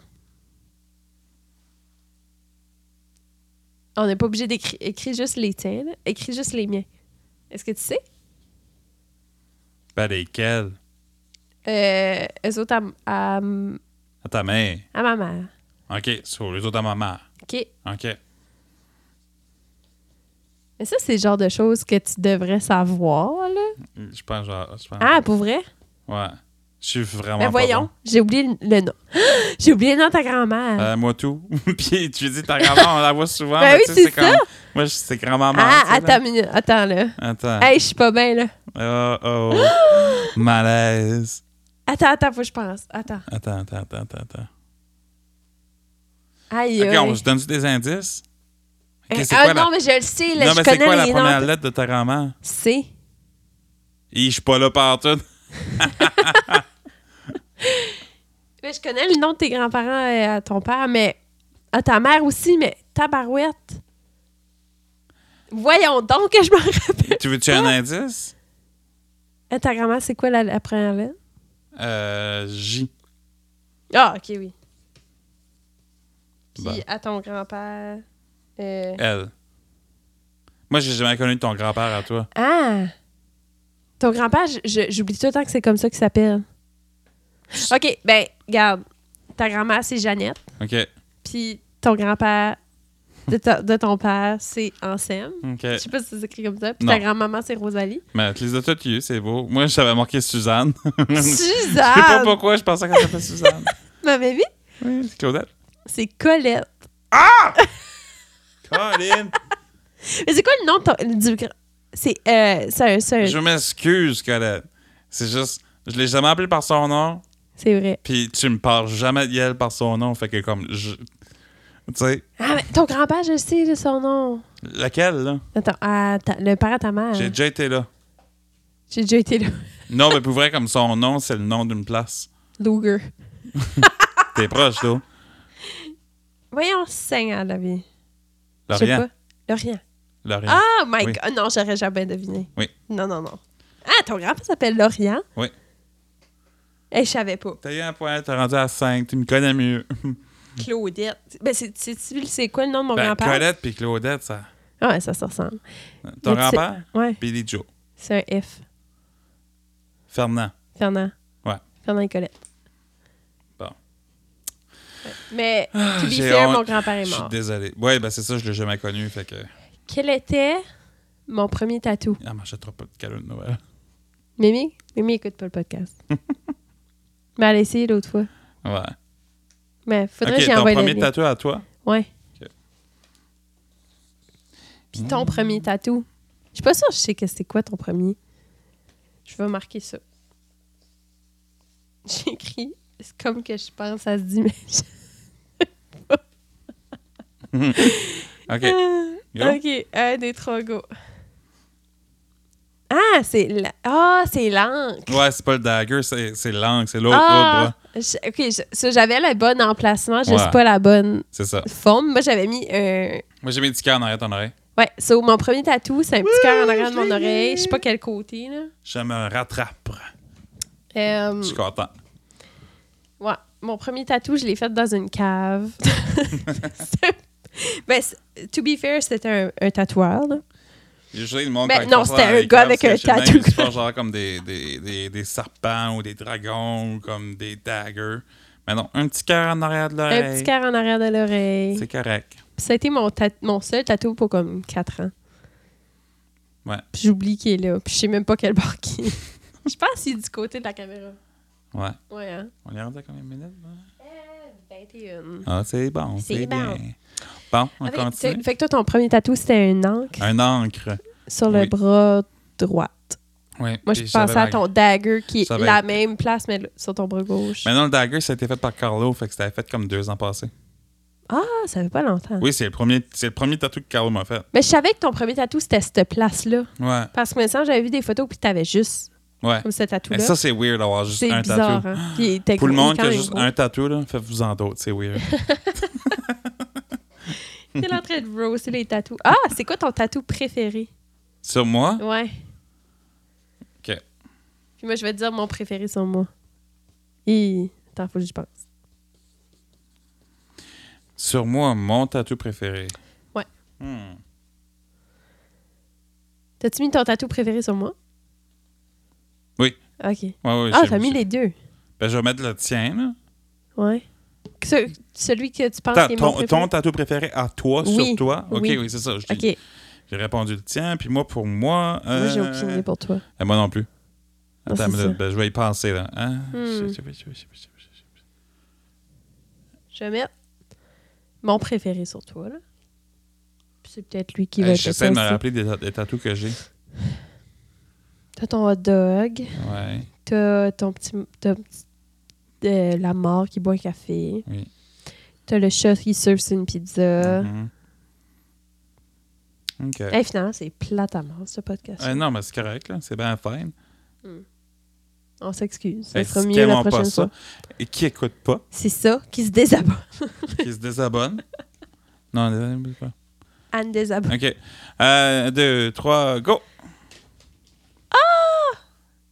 Speaker 2: On n'est pas obligé d'écrire écris juste les tiens, là. écris juste les miens. Est-ce que tu sais?
Speaker 1: Ben, lesquels?
Speaker 2: Euh, eux autres à, à-
Speaker 1: À ta mère.
Speaker 2: à ma mère.
Speaker 1: OK. Sur les autres à ma mère.
Speaker 2: OK.
Speaker 1: OK.
Speaker 2: Mais ça, c'est le genre de choses que tu devrais savoir, là.
Speaker 1: Je pense, genre. Je pense.
Speaker 2: Mm. Ah, pour vrai?
Speaker 1: Ouais. Je suis vraiment.
Speaker 2: Mais
Speaker 1: pas
Speaker 2: voyons,
Speaker 1: bon.
Speaker 2: j'ai oublié le- le nom. j'ai oublié le nom de ta grand-mère.
Speaker 1: Euh, moi, tout. Puis tu dis, ta grand-mère, on la voit souvent.
Speaker 2: Ben
Speaker 1: mais
Speaker 2: oui,
Speaker 1: tu sais,
Speaker 2: c'est ça.
Speaker 1: comme- Moi, je- c'est grand-maman. tu
Speaker 2: ah,
Speaker 1: sais, là.
Speaker 2: attends, une minute, attends, là.
Speaker 1: Attends.
Speaker 2: Hey, je suis pas bien, là.
Speaker 1: Oh, oh. Malaise.
Speaker 2: Attends, attends, faut que je pense. Attends.
Speaker 1: Attends, attends, attends, attends, attends.
Speaker 2: Aïe,
Speaker 1: OK,
Speaker 2: aïe.
Speaker 1: on se donne des indices? OK, c'est
Speaker 2: ah
Speaker 1: quoi la-
Speaker 2: non, mais je le sais, là,
Speaker 1: Non,
Speaker 2: je
Speaker 1: mais
Speaker 2: connais
Speaker 1: c'est quoi la
Speaker 2: les noms.
Speaker 1: première lettre de ta grand-mère?
Speaker 2: C'est
Speaker 1: Hi, Je suis pas là partout.
Speaker 2: Mais je connais le nom de tes grands-parents et à ton père, mais à ta mère aussi, mais tabarouette. Voyons donc que je m'en rappelle.
Speaker 1: tu veux-tu un indice?
Speaker 2: À ta grand-mère, c'est quoi la, la première lettre?
Speaker 1: Euh, J.
Speaker 2: Ah, ok, oui. Puis
Speaker 1: Bon.
Speaker 2: à ton grand-père. euh,
Speaker 1: L. Moi, j'ai jamais connu ton grand-père à toi.
Speaker 2: Ah! Ton grand-père, je- je- j'oublie tout le temps que c'est comme ça qu'il s'appelle. OK, ben, regarde. Ta grand-mère, c'est Jeannette.
Speaker 1: OK.
Speaker 2: Puis ton grand-père de, ta- de ton père, c'est Ansem.
Speaker 1: OK.
Speaker 2: Je sais pas si c'est écrit comme ça. Puis ta
Speaker 1: Euh, Non.
Speaker 2: grand-maman, c'est Rosalie.
Speaker 1: Mais tu les as toutes eues, c'est beau. Moi, j'avais marqué Suzanne. Je sais pas
Speaker 2: Suzanne!
Speaker 1: pourquoi je pensais qu'elle s'appelait Suzanne.
Speaker 2: Ma bébé,
Speaker 1: Oui, c'est Claudette.
Speaker 2: c'est Colette.
Speaker 1: Colin!
Speaker 2: Mais c'est quoi le nom de ton- du grand... C'est... Euh, c'est un- c'est
Speaker 1: Je
Speaker 2: un-
Speaker 1: m'excuse, Colette. C'est juste, je l'ai jamais appelé par son nom,
Speaker 2: c'est vrai.
Speaker 1: puis tu me parles jamais d'elle par son nom, fait que comme, je... tu sais,
Speaker 2: Ah, mais ton grand-père, je sais là, son nom.
Speaker 1: laquelle, là?
Speaker 2: Attends, ah, ta- le père à ta mère.
Speaker 1: J'ai déjà été là.
Speaker 2: J'ai déjà été là.
Speaker 1: Non, mais pour vrai, comme son nom, c'est le nom d'une place.
Speaker 2: Luger.
Speaker 1: T'es proche, là.
Speaker 2: Voyons, Seigneur, la vie. Je sais
Speaker 1: Lorient.
Speaker 2: pas. Lorient.
Speaker 1: Lorient.
Speaker 2: Ah, my
Speaker 1: Oui.
Speaker 2: God. Non, j'aurais jamais deviné.
Speaker 1: Oui.
Speaker 2: Non, non, non. Ah, ton grand-père s'appelle Lorient?
Speaker 1: Oui.
Speaker 2: Eh, je savais pas.
Speaker 1: T'as eu un point, t'es rendu à 5, tu me connais mieux.
Speaker 2: Claudette. Ben, c'est- c'est-tu- c'est quoi le nom de mon
Speaker 1: Ben,
Speaker 2: grand-père?
Speaker 1: Colette puis Claudette, ça.
Speaker 2: Ah, ouais, ça se
Speaker 1: Ton
Speaker 2: ressemble. Mais tu sais-
Speaker 1: grand-père?
Speaker 2: Ouais,
Speaker 1: Billy Joe.
Speaker 2: c'est un F.
Speaker 1: Fernand.
Speaker 2: Fernand.
Speaker 1: Ouais.
Speaker 2: Fernand et Colette.
Speaker 1: Bon. Ah,
Speaker 2: Ouais. Mais, to be
Speaker 1: j'ai
Speaker 2: fair,
Speaker 1: honte.
Speaker 2: mon grand-père
Speaker 1: Je
Speaker 2: est
Speaker 1: suis
Speaker 2: mort.
Speaker 1: désolé. Ouais, ben c'est ça, je l'ai jamais connu, fait que...
Speaker 2: Quel était mon premier tatou?
Speaker 1: Elle m'achètera pas de cadeau de Noël.
Speaker 2: Mimi? Mimi écoute pas le podcast. Mais elle a essayé l'autre fois.
Speaker 1: Ouais.
Speaker 2: Mais faudrait que
Speaker 1: ok,
Speaker 2: j'y
Speaker 1: ton
Speaker 2: envoie le
Speaker 1: premier
Speaker 2: lien.
Speaker 1: tatou à toi?
Speaker 2: Ouais.
Speaker 1: Ok.
Speaker 2: Puis ton premier tatou. Je suis pas sûre que je sais que c'est quoi ton premier. Je vais marquer ça. J'écris. C'est comme que je pense, ça se dit, mais. je-
Speaker 1: Ok. Yo.
Speaker 2: Ah, ok, un des trois go. Ah, c'est la- Ah, c'est l'encre.
Speaker 1: Ouais, c'est pas le dagger, c'est c'est l'angle, c'est l'autre l'autre
Speaker 2: Ah,
Speaker 1: bras.
Speaker 2: Je- ok, je- ça, j'avais le bon emplacement, juste
Speaker 1: Ouais.
Speaker 2: pas la bonne
Speaker 1: C'est ça.
Speaker 2: forme. Moi, j'avais mis un.
Speaker 1: Moi, j'ai mis du cœur en arrière de ton oreille.
Speaker 2: Ouais, so, mon premier tatou, c'est un petit cœur en arrière de
Speaker 1: je
Speaker 2: mon
Speaker 1: l'ai
Speaker 2: oreille.
Speaker 1: vu.
Speaker 2: Je sais pas quel côté, là.
Speaker 1: Je me rattrape.
Speaker 2: Euh,
Speaker 1: Je suis content.
Speaker 2: ouais, mon premier tatou, je l'ai fait dans une cave. ben, c'est- to be fair, c'était un, un tatoueur. là.
Speaker 1: J'ai le monde
Speaker 2: Mais
Speaker 1: quand ils
Speaker 2: non,
Speaker 1: font ça
Speaker 2: c'était
Speaker 1: dans
Speaker 2: un
Speaker 1: les
Speaker 2: gars
Speaker 1: caves,
Speaker 2: avec
Speaker 1: c'est
Speaker 2: un
Speaker 1: chez le même,
Speaker 2: tatou.
Speaker 1: Ils se font genre comme des, des, des, des serpents ou des dragons ou comme des daggers. Mais non, un petit cœur en arrière de
Speaker 2: Un
Speaker 1: l'oreille.
Speaker 2: petit cœur en arrière de l'oreille.
Speaker 1: C'est correct.
Speaker 2: Puis Ça a été mon, tat- mon seul tatou pour comme 4 ans.
Speaker 1: Ouais.
Speaker 2: Puis j'oublie qu'il est là. Puis je sais même pas quel bord qui est. je pense qu'il est du côté de la caméra.
Speaker 1: Ouais.
Speaker 2: Ouais, hein?
Speaker 1: On est rendu à combien de minutes? là?
Speaker 2: 21.
Speaker 1: Ah, c'est bon,
Speaker 2: C'est
Speaker 1: c'est
Speaker 2: bon.
Speaker 1: bien. Bon, on
Speaker 2: Avec,
Speaker 1: continue.
Speaker 2: t'sais, fait que toi, ton premier tatou, c'était un encre
Speaker 1: Un encre.
Speaker 2: sur le
Speaker 1: Ah, oui.
Speaker 2: bras droit.
Speaker 1: Ouais,
Speaker 2: Moi,
Speaker 1: puis
Speaker 2: je
Speaker 1: j'avais
Speaker 2: pensais à
Speaker 1: la-
Speaker 2: ton dagger qui est
Speaker 1: Ça va
Speaker 2: la
Speaker 1: être-
Speaker 2: même place, mais le- sur ton bras gauche.
Speaker 1: Maintenant, le dagger, ça a été fait par Carlo, fait que c'était fait comme deux ans passés.
Speaker 2: Ah, ça fait pas longtemps.
Speaker 1: Oui, c'est le premier, c'est le premier tatou que Carlo m'a fait.
Speaker 2: Mais je savais que ton premier tatou, c'était cette place-là.
Speaker 1: Ouais,
Speaker 2: Parce que maintenant, j'avais vu des photos, puis t'avais juste
Speaker 1: ouais.
Speaker 2: comme ce
Speaker 1: Et
Speaker 2: tatou-là.
Speaker 1: ça, c'est weird d'avoir juste
Speaker 2: C'est
Speaker 1: un
Speaker 2: bizarre.
Speaker 1: tatou.
Speaker 2: Hein? Puis il était
Speaker 1: Pour le
Speaker 2: gros,
Speaker 1: monde
Speaker 2: quand
Speaker 1: qui a
Speaker 2: même
Speaker 1: juste
Speaker 2: gros.
Speaker 1: un tatou, là, faites-vous en d'autres, c'est weird.
Speaker 2: T'es en train de roaster les tatous. Ah, c'est quoi ton tatou préféré?
Speaker 1: Sur moi,
Speaker 2: Ouais.
Speaker 1: OK.
Speaker 2: Puis moi, je vais te dire mon préféré sur moi. Et... Attends, faut que j'y pense.
Speaker 1: sur moi, mon tatou préféré.
Speaker 2: Ouais.
Speaker 1: Hmm.
Speaker 2: T'as-tu mis ton tatou préféré sur moi?
Speaker 1: Oui.
Speaker 2: OK.
Speaker 1: Ouais, ouais,
Speaker 2: Ah,
Speaker 1: j'ai-
Speaker 2: t'as mis
Speaker 1: j'ai-
Speaker 2: les deux.
Speaker 1: Ben, je vais mettre le tien, là.
Speaker 2: Ouais. Ce- celui que tu penses
Speaker 1: Ta-
Speaker 2: qui est Ah, mon
Speaker 1: ton,
Speaker 2: préféré.
Speaker 1: ton tatou préféré à toi,
Speaker 2: Oui,
Speaker 1: sur toi? OK,
Speaker 2: oui.
Speaker 1: oui, c'est ça. je- J'ai
Speaker 2: OK.
Speaker 1: répondu le tien, puis moi, pour moi...
Speaker 2: Moi, j'ai
Speaker 1: euh,
Speaker 2: aucune idée pour toi.
Speaker 1: Euh, moi non plus.
Speaker 2: Non,
Speaker 1: Attends,
Speaker 2: c'est
Speaker 1: une minute,
Speaker 2: ça.
Speaker 1: ben, je vais y penser là. Hein?
Speaker 2: Hmm.
Speaker 1: Je- je- je- je- je- je- je-
Speaker 2: Je vais mettre mon préféré sur toi, là. Puis c'est peut-être lui qui
Speaker 1: je-
Speaker 2: va être
Speaker 1: J'essaie de me
Speaker 2: le
Speaker 1: rappeler des, des tatous que j'ai.
Speaker 2: T'as ton hot dog.
Speaker 1: Ouais.
Speaker 2: T'as ton petit... t'as un petit- euh, la mort qui boit un café.
Speaker 1: Oui.
Speaker 2: T'as le chat qui surfe sur une pizza.
Speaker 1: Mhm. OK.
Speaker 2: Hey, finalement, c'est plate à mort, ce podcast.
Speaker 1: Euh, non, mais c'est correct, là. C'est bien fine.
Speaker 2: On s'excuse. Ça
Speaker 1: Fait que
Speaker 2: sera
Speaker 1: si
Speaker 2: mieux
Speaker 1: t'aimes
Speaker 2: la
Speaker 1: pas
Speaker 2: prochaine
Speaker 1: ça,
Speaker 2: fois.
Speaker 1: Et qui écoute pas,
Speaker 2: C'est ça qui se désabonne.
Speaker 1: qui se désabonne. non, désolé, pas.
Speaker 2: Anne désabonne.
Speaker 1: OK. Euh, deux, trois, go!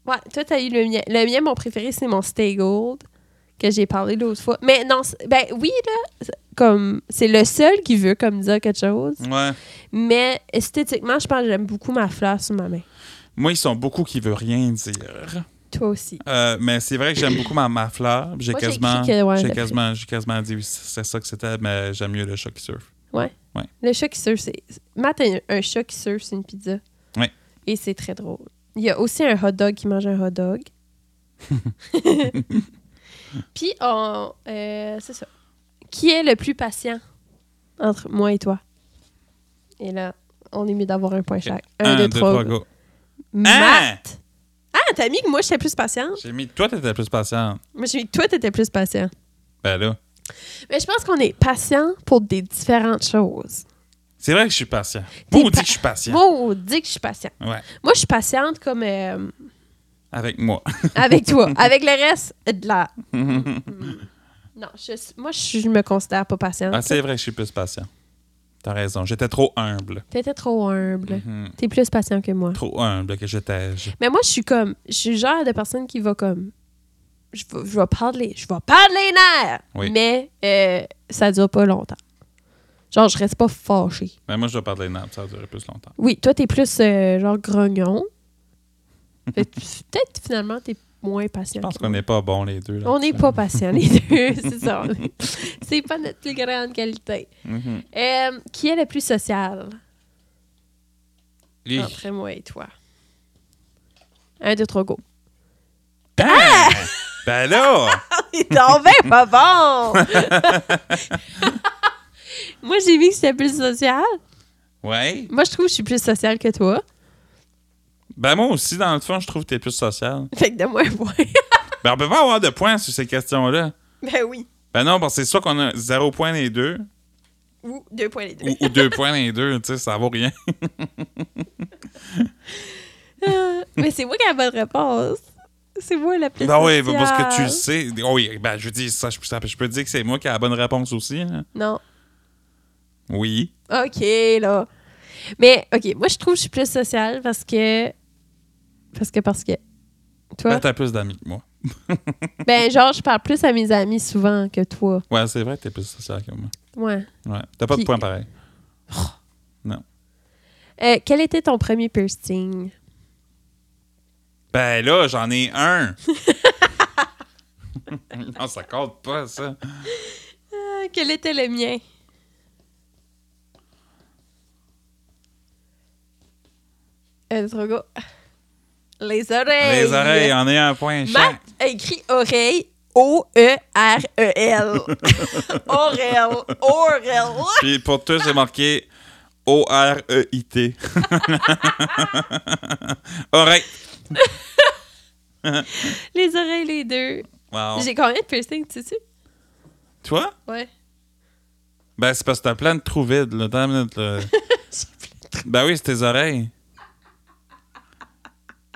Speaker 2: Ouais, toi, t'as eu le mien. Le mien, mon préféré, c'est mon Stay Gold, que j'ai parlé l'autre fois. Mais non, c'est- ben oui, là, c'est comme c'est le seul qui veut comme dire quelque chose.
Speaker 1: Ouais.
Speaker 2: Mais esthétiquement, je pense que j'aime beaucoup ma fleur sur ma main.
Speaker 1: Moi, ils sont beaucoup qui veulent rien dire.
Speaker 2: Toi aussi.
Speaker 1: Euh, mais c'est vrai que j'aime beaucoup ma, ma fleur. J'ai
Speaker 2: Moi, j'ai
Speaker 1: quasiment,
Speaker 2: écrit que, ouais,
Speaker 1: j'ai
Speaker 2: le-
Speaker 1: quasiment, j'ai quasiment dit oui, c'est ça que c'était, mais j'aime mieux le chat qui surfe.
Speaker 2: Le chat qui surfe, c'est. Matt a un chat qui surfe, c'est une pizza.
Speaker 1: Ouais.
Speaker 2: Et c'est très drôle. Il y a aussi un hot dog qui mange un hot dog. Puis, on. euh, c'est ça. Qui est le plus patient entre moi et toi? Et là, on est mieux d'avoir un point chaque. Un, deux, trois. go.
Speaker 1: go.
Speaker 2: Matt! Ah, t'as mis que moi, j'étais plus patiente?
Speaker 1: J'ai mis. Toi, t'étais plus patiente.
Speaker 2: Moi, j'ai mis que toi, t'étais plus patient.
Speaker 1: Ben là.
Speaker 2: Mais je pense qu'on est patient pour des différentes choses.
Speaker 1: C'est vrai que je suis patient.
Speaker 2: T'es
Speaker 1: Maudit
Speaker 2: pa-
Speaker 1: que je suis patient.
Speaker 2: Moi, on dit que je suis patient.
Speaker 1: Ouais.
Speaker 2: Moi, je suis patiente comme. euh,
Speaker 1: Avec moi.
Speaker 2: Avec toi. Avec le reste, de la. Non, je- moi, je, je me considère pas patiente.
Speaker 1: Ah, c'est vrai que je suis plus patient. T'as raison. J'étais trop humble.
Speaker 2: T'étais trop humble.
Speaker 1: Mhm.
Speaker 2: T'es plus patient que moi.
Speaker 1: Trop humble que j'étais. je-
Speaker 2: Mais moi, je suis comme. Je suis le genre de personne qui va comme. Je vais, je vais parler. Je vais parler nerfs!
Speaker 1: Oui.
Speaker 2: Mais euh, ça dure pas longtemps. Genre, je reste pas fâchée.
Speaker 1: Mais Ben, moi, je dois parler nappe. Ça va durer plus longtemps.
Speaker 2: Oui, toi, t'es plus euh, genre grognon. Fait que Peut-être finalement, t'es moins patient.
Speaker 1: Je pense
Speaker 2: que
Speaker 1: qu'on
Speaker 2: moi.
Speaker 1: n'est pas bons les deux. là,
Speaker 2: On n'est
Speaker 1: tu
Speaker 2: pas patient, les deux. C'est ça. C'est pas notre plus grande qualité.
Speaker 1: sais. Mhm.
Speaker 2: Euh, qui est le plus social
Speaker 1: Lui.
Speaker 2: entre moi et toi? Un, deux, trois, go.
Speaker 1: Ah! Ben là!
Speaker 2: Il t'en va pas bon! moi, j'ai vu que c'était plus social.
Speaker 1: Ouais.
Speaker 2: Moi, je trouve que je suis plus sociale que toi.
Speaker 1: Ben moi aussi, dans le fond, je trouve que t'es plus social.
Speaker 2: Fait que donne-moi un point.
Speaker 1: Ben on peut pas avoir de points sur ces questions-là.
Speaker 2: ben oui.
Speaker 1: Ben non, parce que c'est soit qu'on a zéro point les deux,
Speaker 2: Ou deux points les deux.
Speaker 1: ou, ou deux points les deux, tu sais, ça vaut rien.
Speaker 2: Ah, Mais c'est moi qui ai la bonne réponse. C'est moi la plus
Speaker 1: Ben oui,
Speaker 2: sociale.
Speaker 1: parce que tu le sais. Oui, ben je veux dire, ça, je, ça- je peux te dire que c'est moi qui ai la bonne réponse aussi. là.
Speaker 2: Non.
Speaker 1: Oui.
Speaker 2: OK, là. Mais, OK, moi, je trouve que je suis plus sociale parce que... Parce que, parce que... Toi?
Speaker 1: Ben, t'as plus d'amis que moi.
Speaker 2: Ben, genre, je parle plus à mes amis souvent que toi.
Speaker 1: Ouais, c'est vrai que t'es plus social que moi.
Speaker 2: Ouais.
Speaker 1: Ouais. T'as pas de
Speaker 2: Puis-
Speaker 1: points pareil.
Speaker 2: Euh, quel était ton premier piercing?
Speaker 1: Ben là, j'en ai un. non, ça compte pas, ça.
Speaker 2: Euh, quel était le mien? Euh, trop gros. Les oreilles.
Speaker 1: Les oreilles, on est à un point
Speaker 2: Matt
Speaker 1: chaque.
Speaker 2: a écrit oreille. O-E-R-E-L. Orel. Orel.
Speaker 1: Puis pour tous, j'ai marqué E O-R-E-I-T. Oreille.
Speaker 2: Les oreilles, les deux.
Speaker 1: Wow.
Speaker 2: J'ai combien de piercings, tu sais?
Speaker 1: Toi?
Speaker 2: Ouais.
Speaker 1: Ben, c'est parce que t'as plein de trous vides, là. Attends une minute, là. ben oui, c'est tes oreilles.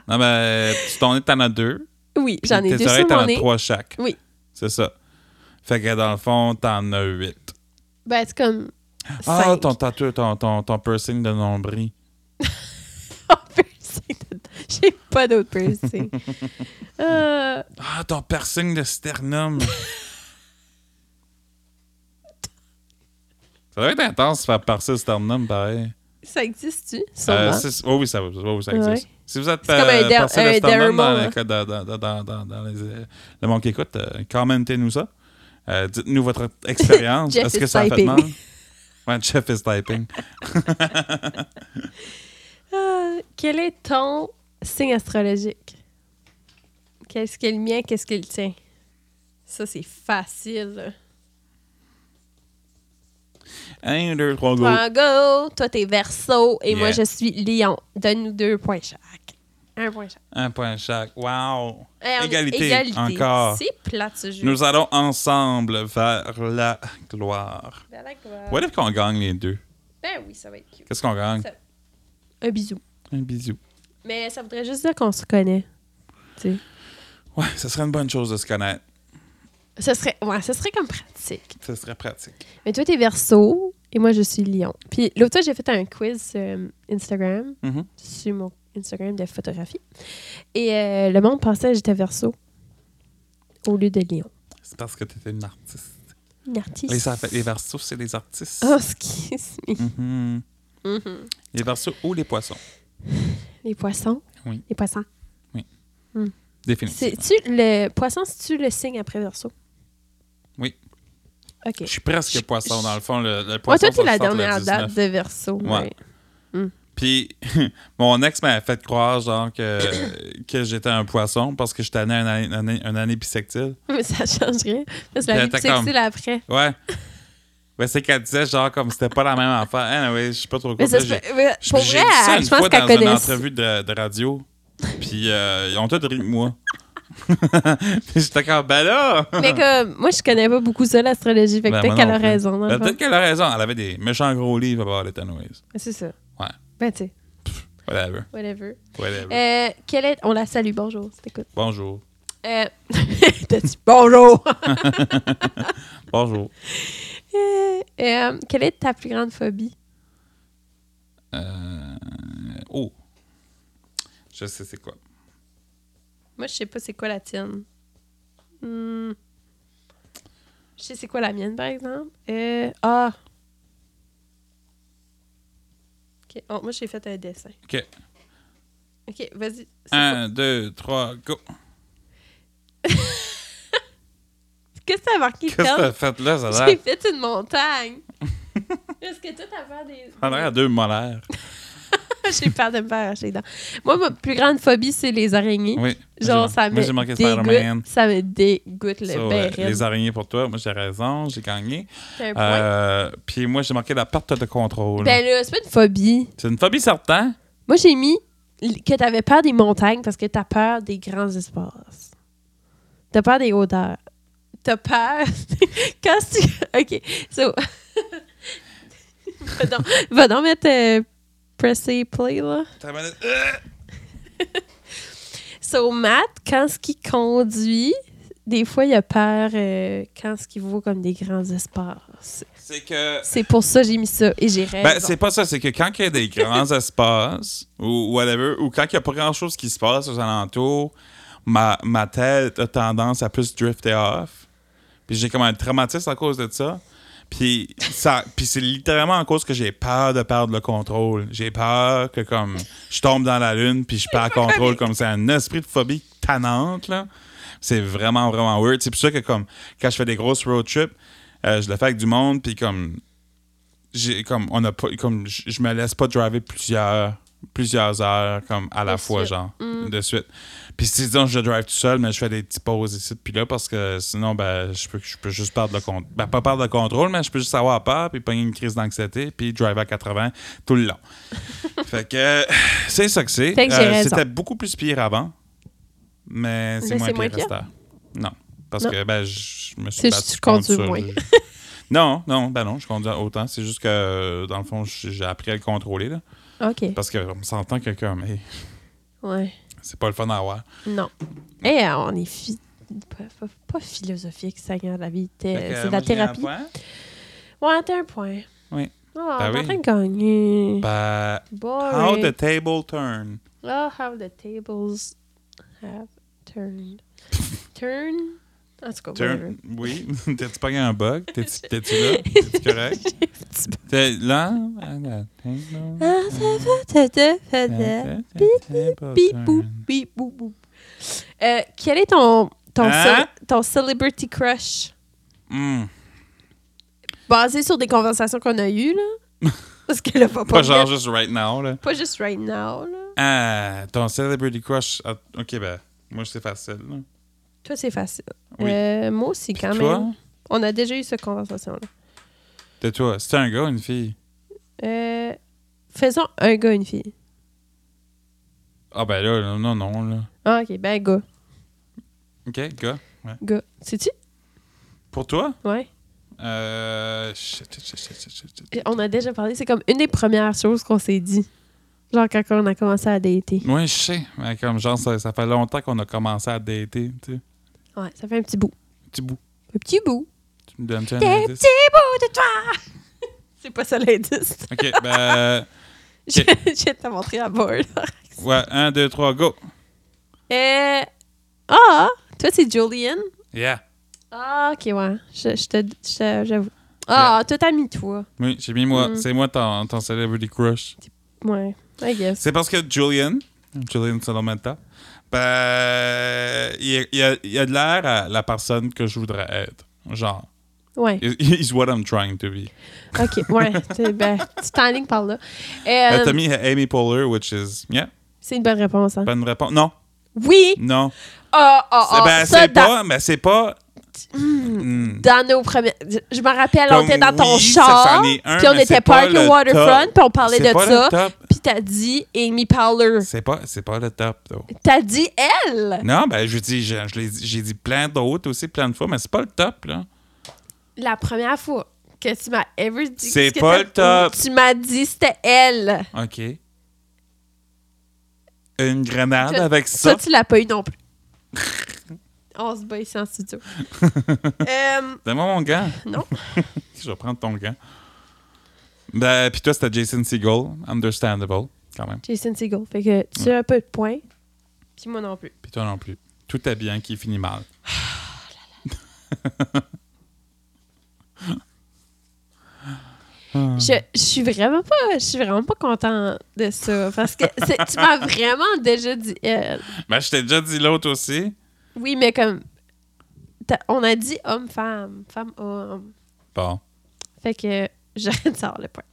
Speaker 1: Non, ben, tu t'en es, t'en as deux.
Speaker 2: Oui, j'en ai
Speaker 1: Tes
Speaker 2: deux
Speaker 1: oreilles,
Speaker 2: sur
Speaker 1: t'en
Speaker 2: mon
Speaker 1: as
Speaker 2: nez.
Speaker 1: trois chaque.
Speaker 2: Oui.
Speaker 1: C'est ça. Fait que dans le fond, t'en as huit.
Speaker 2: Ben, c'est comme.
Speaker 1: Ah,
Speaker 2: cinq.
Speaker 1: ton tatou, ton, ton, ton piercing de nombril.
Speaker 2: Ton piercing de- J'ai pas d'autre piercing. Euh,
Speaker 1: Ah, ton piercing de sternum. ça doit être intense de faire percer le sternum, pareil.
Speaker 2: ça existe-tu?
Speaker 1: Euh,
Speaker 2: Sûrement.
Speaker 1: c'est- oh oui, ça, oh oui, ça existe.
Speaker 2: Ouais.
Speaker 1: Si vous êtes
Speaker 2: C'est comme un
Speaker 1: euh,
Speaker 2: der-
Speaker 1: percé
Speaker 2: un
Speaker 1: le sternum
Speaker 2: dermal,
Speaker 1: dans,
Speaker 2: hein.
Speaker 1: les- dans, dans- dans- dans- dans les, euh, le monde qui écoute, euh, commentez-nous ça. Euh, Dites-nous votre expérience.
Speaker 2: Jeff
Speaker 1: Est-ce
Speaker 2: is
Speaker 1: que ça a fait
Speaker 2: typing.
Speaker 1: mal? Ouais, Jeff is typing.
Speaker 2: Euh, quel est ton signe astrologique? Qu'est-ce qu'est le mien? Qu'est-ce qu'il tient? Ça, c'est facile.
Speaker 1: Un, deux, trois, go.
Speaker 2: Toi, en go, toi, t'es verso et moi,
Speaker 1: Yeah.
Speaker 2: je suis lion. Donne-nous deux points chaque. Un point chaque.
Speaker 1: Un point chaque. Wow!
Speaker 2: Eh, on est-
Speaker 1: Égalité, encore.
Speaker 2: C'est plat, ce jeu.
Speaker 1: Nous allons ensemble vers la gloire.
Speaker 2: Ben, d'accord.
Speaker 1: What if qu'on gagne les deux?
Speaker 2: Ben oui, ça va être cute.
Speaker 1: Qu'est-ce qu'on gagne?
Speaker 2: Ça- Un bisou.
Speaker 1: Un bisou.
Speaker 2: Mais ça voudrait juste dire qu'on se connaît. Tu sais.
Speaker 1: Ouais, ce serait une bonne chose de se connaître.
Speaker 2: Ce serait, ouais, ce serait comme pratique.
Speaker 1: Ce serait pratique.
Speaker 2: Mais toi, t'es verso et moi, je suis lion. Puis l'autre fois, j'ai fait un quiz sur euh, Instagram,
Speaker 1: Mhm.
Speaker 2: sur mon Instagram de photographie. Et euh, le monde pensait que j'étais verso au lieu de lion.
Speaker 1: C'est parce que t'étais une artiste.
Speaker 2: Une artiste.
Speaker 1: Les, arti- les versos, c'est des artistes.
Speaker 2: Oh, excuse me.
Speaker 1: Mhm.
Speaker 2: Mhm.
Speaker 1: Les versos ou les poissons.
Speaker 2: Les poissons.
Speaker 1: Oui.
Speaker 2: Les poissons.
Speaker 1: Définitivement.
Speaker 2: C'est-tu le poisson, c'est-tu le signe après verso?
Speaker 1: Oui.
Speaker 2: OK.
Speaker 1: Je suis presque
Speaker 2: Je-
Speaker 1: poisson,
Speaker 2: je-
Speaker 1: dans le fond. Le, le
Speaker 2: Moi,
Speaker 1: poisson,
Speaker 2: toi, t'es
Speaker 1: ça
Speaker 2: la
Speaker 1: sort le
Speaker 2: dernière
Speaker 1: 19.
Speaker 2: date de verso.
Speaker 1: Ouais. Puis mon ex m'a fait croire genre que, que j'étais un poisson parce que j'étais né une année, une année, une année bisextile.
Speaker 2: Mais ça changerait. Parce que
Speaker 1: Ben,
Speaker 2: la vie
Speaker 1: t'as
Speaker 2: sexuelle après.
Speaker 1: Ouais. ouais, c'est qu'elle disait, genre, comme c'était pas la même affaire. Hein, ouais, je suis pas trop
Speaker 2: Mais ça,
Speaker 1: compris.
Speaker 2: se
Speaker 1: J'ai-
Speaker 2: peut- mais
Speaker 1: j'ai-
Speaker 2: pour
Speaker 1: j'ai
Speaker 2: vrai,
Speaker 1: dit ça une
Speaker 2: je pense
Speaker 1: fois
Speaker 2: qu'elle
Speaker 1: dans une
Speaker 2: connaît.
Speaker 1: entrevue de, de radio. Puis euh, ils ont tout ri de moi. Puis j'étais comme, ben là!
Speaker 2: Mais comme, moi, je connais pas beaucoup ça, l'astrologie. Fait que
Speaker 1: Ben,
Speaker 2: peut-être
Speaker 1: moi
Speaker 2: qu'elle
Speaker 1: non
Speaker 2: a
Speaker 1: plus.
Speaker 2: raison. dans le
Speaker 1: Ben,
Speaker 2: fond.
Speaker 1: Peut-être qu'elle a raison. Elle avait des méchants gros livres à part les Tanoïs.
Speaker 2: Mais C'est ça.
Speaker 1: Ouais.
Speaker 2: Ben, tu sais,
Speaker 1: Whatever.
Speaker 2: whatever.
Speaker 1: Whatever.
Speaker 2: Euh, quelle est... On la salue. Bonjour, si t'écoutes.
Speaker 1: Bonjour.
Speaker 2: Euh... T'as dit bonjour.
Speaker 1: Bonjour.
Speaker 2: Euh, euh, quelle est ta plus grande phobie?
Speaker 1: Euh, Oh. Je sais c'est quoi.
Speaker 2: Moi, je sais pas c'est quoi la tienne. Hmm. Je sais c'est quoi la mienne, par exemple. Euh, ah! Ok, oh, moi, j'ai fait un dessin.
Speaker 1: OK.
Speaker 2: Ok, vas-y. C'est quoi-
Speaker 1: Un, deux, trois, go.
Speaker 2: Qu'est-ce que t'as marqué,
Speaker 1: Qu'est-ce que
Speaker 2: Phil?
Speaker 1: t'as fait là, ça a
Speaker 2: J'ai
Speaker 1: l'air-
Speaker 2: fait une montagne. Est-ce que toi, t'as peur des...
Speaker 1: ça a l'air à deux molaires.
Speaker 2: j'ai peur de me faire arracher les dents. Moi, ma plus grande phobie, c'est les araignées.
Speaker 1: Oui.
Speaker 2: Genre,
Speaker 1: J'ai-
Speaker 2: ça
Speaker 1: Moi, j'ai
Speaker 2: me
Speaker 1: marqué
Speaker 2: dégoûte.
Speaker 1: Spider-Man.
Speaker 2: Ça me dégoûte
Speaker 1: So,
Speaker 2: le
Speaker 1: euh,
Speaker 2: béret.
Speaker 1: les araignées pour toi. Moi, j'ai raison. J'ai gagné.
Speaker 2: T'as un point.
Speaker 1: Euh, puis moi, j'ai marqué la perte de contrôle.
Speaker 2: Ben là, c'est pas une phobie.
Speaker 1: C'est une phobie certaine.
Speaker 2: Moi, j'ai mis l- que t'avais peur des montagnes parce que t'as peur des grands espaces. T'as peur des odeurs. T'as peur. Quand tu. OK. So. va, donc, va donc mettre euh, presser play, là.
Speaker 1: Euh,
Speaker 2: So, Matt, quand ce qu'il conduit, des fois, il a peur euh, quand ce qu'il voit comme des grands espaces.
Speaker 1: C'est que.
Speaker 2: C'est pour ça que j'ai mis ça et j'ai raison.
Speaker 1: Ben, c'est pas ça. C'est que quand il y a des grands espaces ou whatever, ou quand il n'y a pas grand-chose qui se passe aux alentours, ma, ma tête a tendance à plus drifter off. Puis j'ai comme un traumatisme à cause de ça. Puis, ça, puis c'est littéralement en cause que j'ai peur de perdre le contrôle. J'ai peur que comme je tombe dans la lune puis je perds le contrôle comme c'est un esprit de phobie tannante là. C'est vraiment vraiment weird. C'est pour ça que comme quand je fais des grosses road trips, euh, je le fais avec du monde puis comme j'ai comme on a pas comme je je me laisse pas driver plusieurs plusieurs heures comme à la
Speaker 2: De
Speaker 1: fois,
Speaker 2: suite.
Speaker 1: genre,
Speaker 2: Mm.
Speaker 1: de suite. Puis si disons je drive tout seul, mais je fais des petites pauses ici puis là parce que sinon ben je peux, je peux juste perdre le contrôle. Ben pas perdre le contrôle, mais je peux juste avoir peur puis pogner une crise d'anxiété puis driver à 80 tout le long. fait que c'est ça que c'est. Euh,
Speaker 2: Fait que j'ai raison.
Speaker 1: C'était beaucoup plus pire avant, mais c'est
Speaker 2: Mais
Speaker 1: moins
Speaker 2: c'est
Speaker 1: pire,
Speaker 2: moins pire.
Speaker 1: restant. Non, parce
Speaker 2: Non.
Speaker 1: que ben je je me suis
Speaker 2: C'est
Speaker 1: battu
Speaker 2: juste que tu
Speaker 1: contre
Speaker 2: conduis
Speaker 1: ça.
Speaker 2: moins.
Speaker 1: non, non, ben non, je conduis autant. C'est juste que euh, dans le fond j'ai j'ai appris à le contrôler là,
Speaker 2: OK.
Speaker 1: parce que on s'entend que comme hey,
Speaker 2: Ouais.
Speaker 1: c'est pas le fun à avoir.
Speaker 2: Non. Et euh, on est fi- pas, pas- pas philosophique, ça de la vie. T'es-
Speaker 1: Fait que, euh, moi,
Speaker 2: C'est de la
Speaker 1: je viens à
Speaker 2: thérapie.
Speaker 1: point.
Speaker 2: Ouais, t'es un point.
Speaker 1: Oui.
Speaker 2: Oh,
Speaker 1: Ben
Speaker 2: on est en
Speaker 1: oui.
Speaker 2: train de gagner.
Speaker 1: Ben, How
Speaker 2: Boring.
Speaker 1: the table turn.
Speaker 2: Oh, how the tables have turned. Turn? En tout cas, whatever.
Speaker 1: Turn. Oui. T'as-tu pas un bug? T'es-tu t'es-tu là? T'es-tu correct? T'es là? Ah, la table-
Speaker 2: Ah, ça va, ça va, ça va.
Speaker 1: la table
Speaker 2: Bip, boup,
Speaker 1: turn.
Speaker 2: bip, boup, boup. Euh, Quel est ton, ton,
Speaker 1: Hein?
Speaker 2: cel- ton celebrity crush?
Speaker 1: Hmm.
Speaker 2: Basé sur des conversations qu'on a eues, là? Parce que là, pas,
Speaker 1: Pas
Speaker 2: pas,
Speaker 1: genre
Speaker 2: juste...
Speaker 1: juste right now, là.
Speaker 2: pas juste right now, là.
Speaker 1: Ah, ton celebrity crush. ah, Ok, ben, moi, c'est facile, là.
Speaker 2: Toi, c'est facile.
Speaker 1: Oui.
Speaker 2: Euh, moi aussi, quand
Speaker 1: Toi?
Speaker 2: même. On a déjà eu cette conversation-là.
Speaker 1: De toi. C'était un gars ou une fille?
Speaker 2: Euh, faisons un gars, une fille.
Speaker 1: Ah, ben là, là, non, non, là.
Speaker 2: Ah, OK, ben gars.
Speaker 1: Ok, gars.
Speaker 2: Gars. C'est-tu?
Speaker 1: Pour toi?
Speaker 2: Ouais.
Speaker 1: Euh. Shit, shit, shit, shit, shit, shit.
Speaker 2: Et On a déjà parlé, c'est comme une des premières choses qu'on s'est dit. Genre quand on a commencé à dater.
Speaker 1: Oui, je sais. Mais comme genre, ça, ça fait longtemps qu'on a commencé à dater, tu sais.
Speaker 2: Ouais, ça fait un petit bout.
Speaker 1: Petit bout.
Speaker 2: Un petit bout.
Speaker 1: Tu me donnes un
Speaker 2: Des
Speaker 1: indice?
Speaker 2: petits bouts de toi! c'est pas ça l'indice.
Speaker 1: OK, ben... euh,
Speaker 2: Je je vais te montrer à bord.
Speaker 1: ouais, un, deux, trois, go!
Speaker 2: Euh... Ah! Toi, c'est Julian?
Speaker 1: Yeah!
Speaker 2: Ah, OK, ouais. Je, je te... je te- J'avoue. Ah, toi, t'as mis toi.
Speaker 1: Oui, j'ai mis moi.
Speaker 2: Mm.
Speaker 1: C'est moi ton, ton celebrity crush.
Speaker 2: Ouais, I guess.
Speaker 1: C'est parce que Julian, Julian Salomenta, ben... Il, il a, il a de l'air à la personne que je voudrais être. Genre,
Speaker 2: Ouais.
Speaker 1: he- he's what I'm trying to be.
Speaker 2: OK, ouais. C'est- ben, tu t'enlignes par là.
Speaker 1: Euh,
Speaker 2: Euh,
Speaker 1: T'as mis Amy Poehler, which is... Yeah,
Speaker 2: c'est une bonne réponse, hein?
Speaker 1: bonne réponse. Non,
Speaker 2: Oui!
Speaker 1: non.
Speaker 2: Ah, ah, ah.
Speaker 1: ben,
Speaker 2: ça,
Speaker 1: c'est
Speaker 2: dans-
Speaker 1: pas... Ben, c'est pas... Hmm.
Speaker 2: dans nos premiers. Je me rappelle, on
Speaker 1: Comme
Speaker 2: était dans ton
Speaker 1: oui, ça,
Speaker 2: char,
Speaker 1: c'en est un,
Speaker 2: puis on
Speaker 1: mais c'est
Speaker 2: était
Speaker 1: pas
Speaker 2: parké
Speaker 1: le
Speaker 2: au waterfront,
Speaker 1: top.
Speaker 2: puis on parlait
Speaker 1: C'est
Speaker 2: de
Speaker 1: pas
Speaker 2: ça.
Speaker 1: le top.
Speaker 2: Puis t'as dit Amy Powler.
Speaker 1: C'est pas, c'est pas le top, though.
Speaker 2: T'as dit elle,
Speaker 1: Non, ben, je dis, je- je l'ai dit- j'ai dit plein d'autres aussi, plein de fois, mais c'est pas le top, là.
Speaker 2: la première fois que tu m'as ever dit.
Speaker 1: C'est
Speaker 2: ce que
Speaker 1: pas
Speaker 2: t'as-
Speaker 1: le top.
Speaker 2: Tu m'as dit c'était elle.
Speaker 1: OK. Une grenade
Speaker 2: Je-
Speaker 1: avec
Speaker 2: Ça,
Speaker 1: ça.
Speaker 2: tu l'as pas eu non plus. on se bat ici en studio. Euh,
Speaker 1: Donne-moi mon gant.
Speaker 2: non.
Speaker 1: Je vais prendre ton gant. Ben, puis toi, c'était Jason Segel. Understandable, quand même.
Speaker 2: Jason Segel. Fait que tu as un peu de points, puis moi non plus.
Speaker 1: Puis toi non plus. Tout est bien qui finit mal.
Speaker 2: Je, je suis vraiment pas je suis vraiment pas contente de ça parce que c'est- tu m'as vraiment déjà dit elle.
Speaker 1: Ben, je t'ai déjà dit l'autre aussi.
Speaker 2: Oui, mais comme t'as- on a dit homme-femme, femme-homme.
Speaker 1: Bon.
Speaker 2: Fait que j'arrête de savoir le point.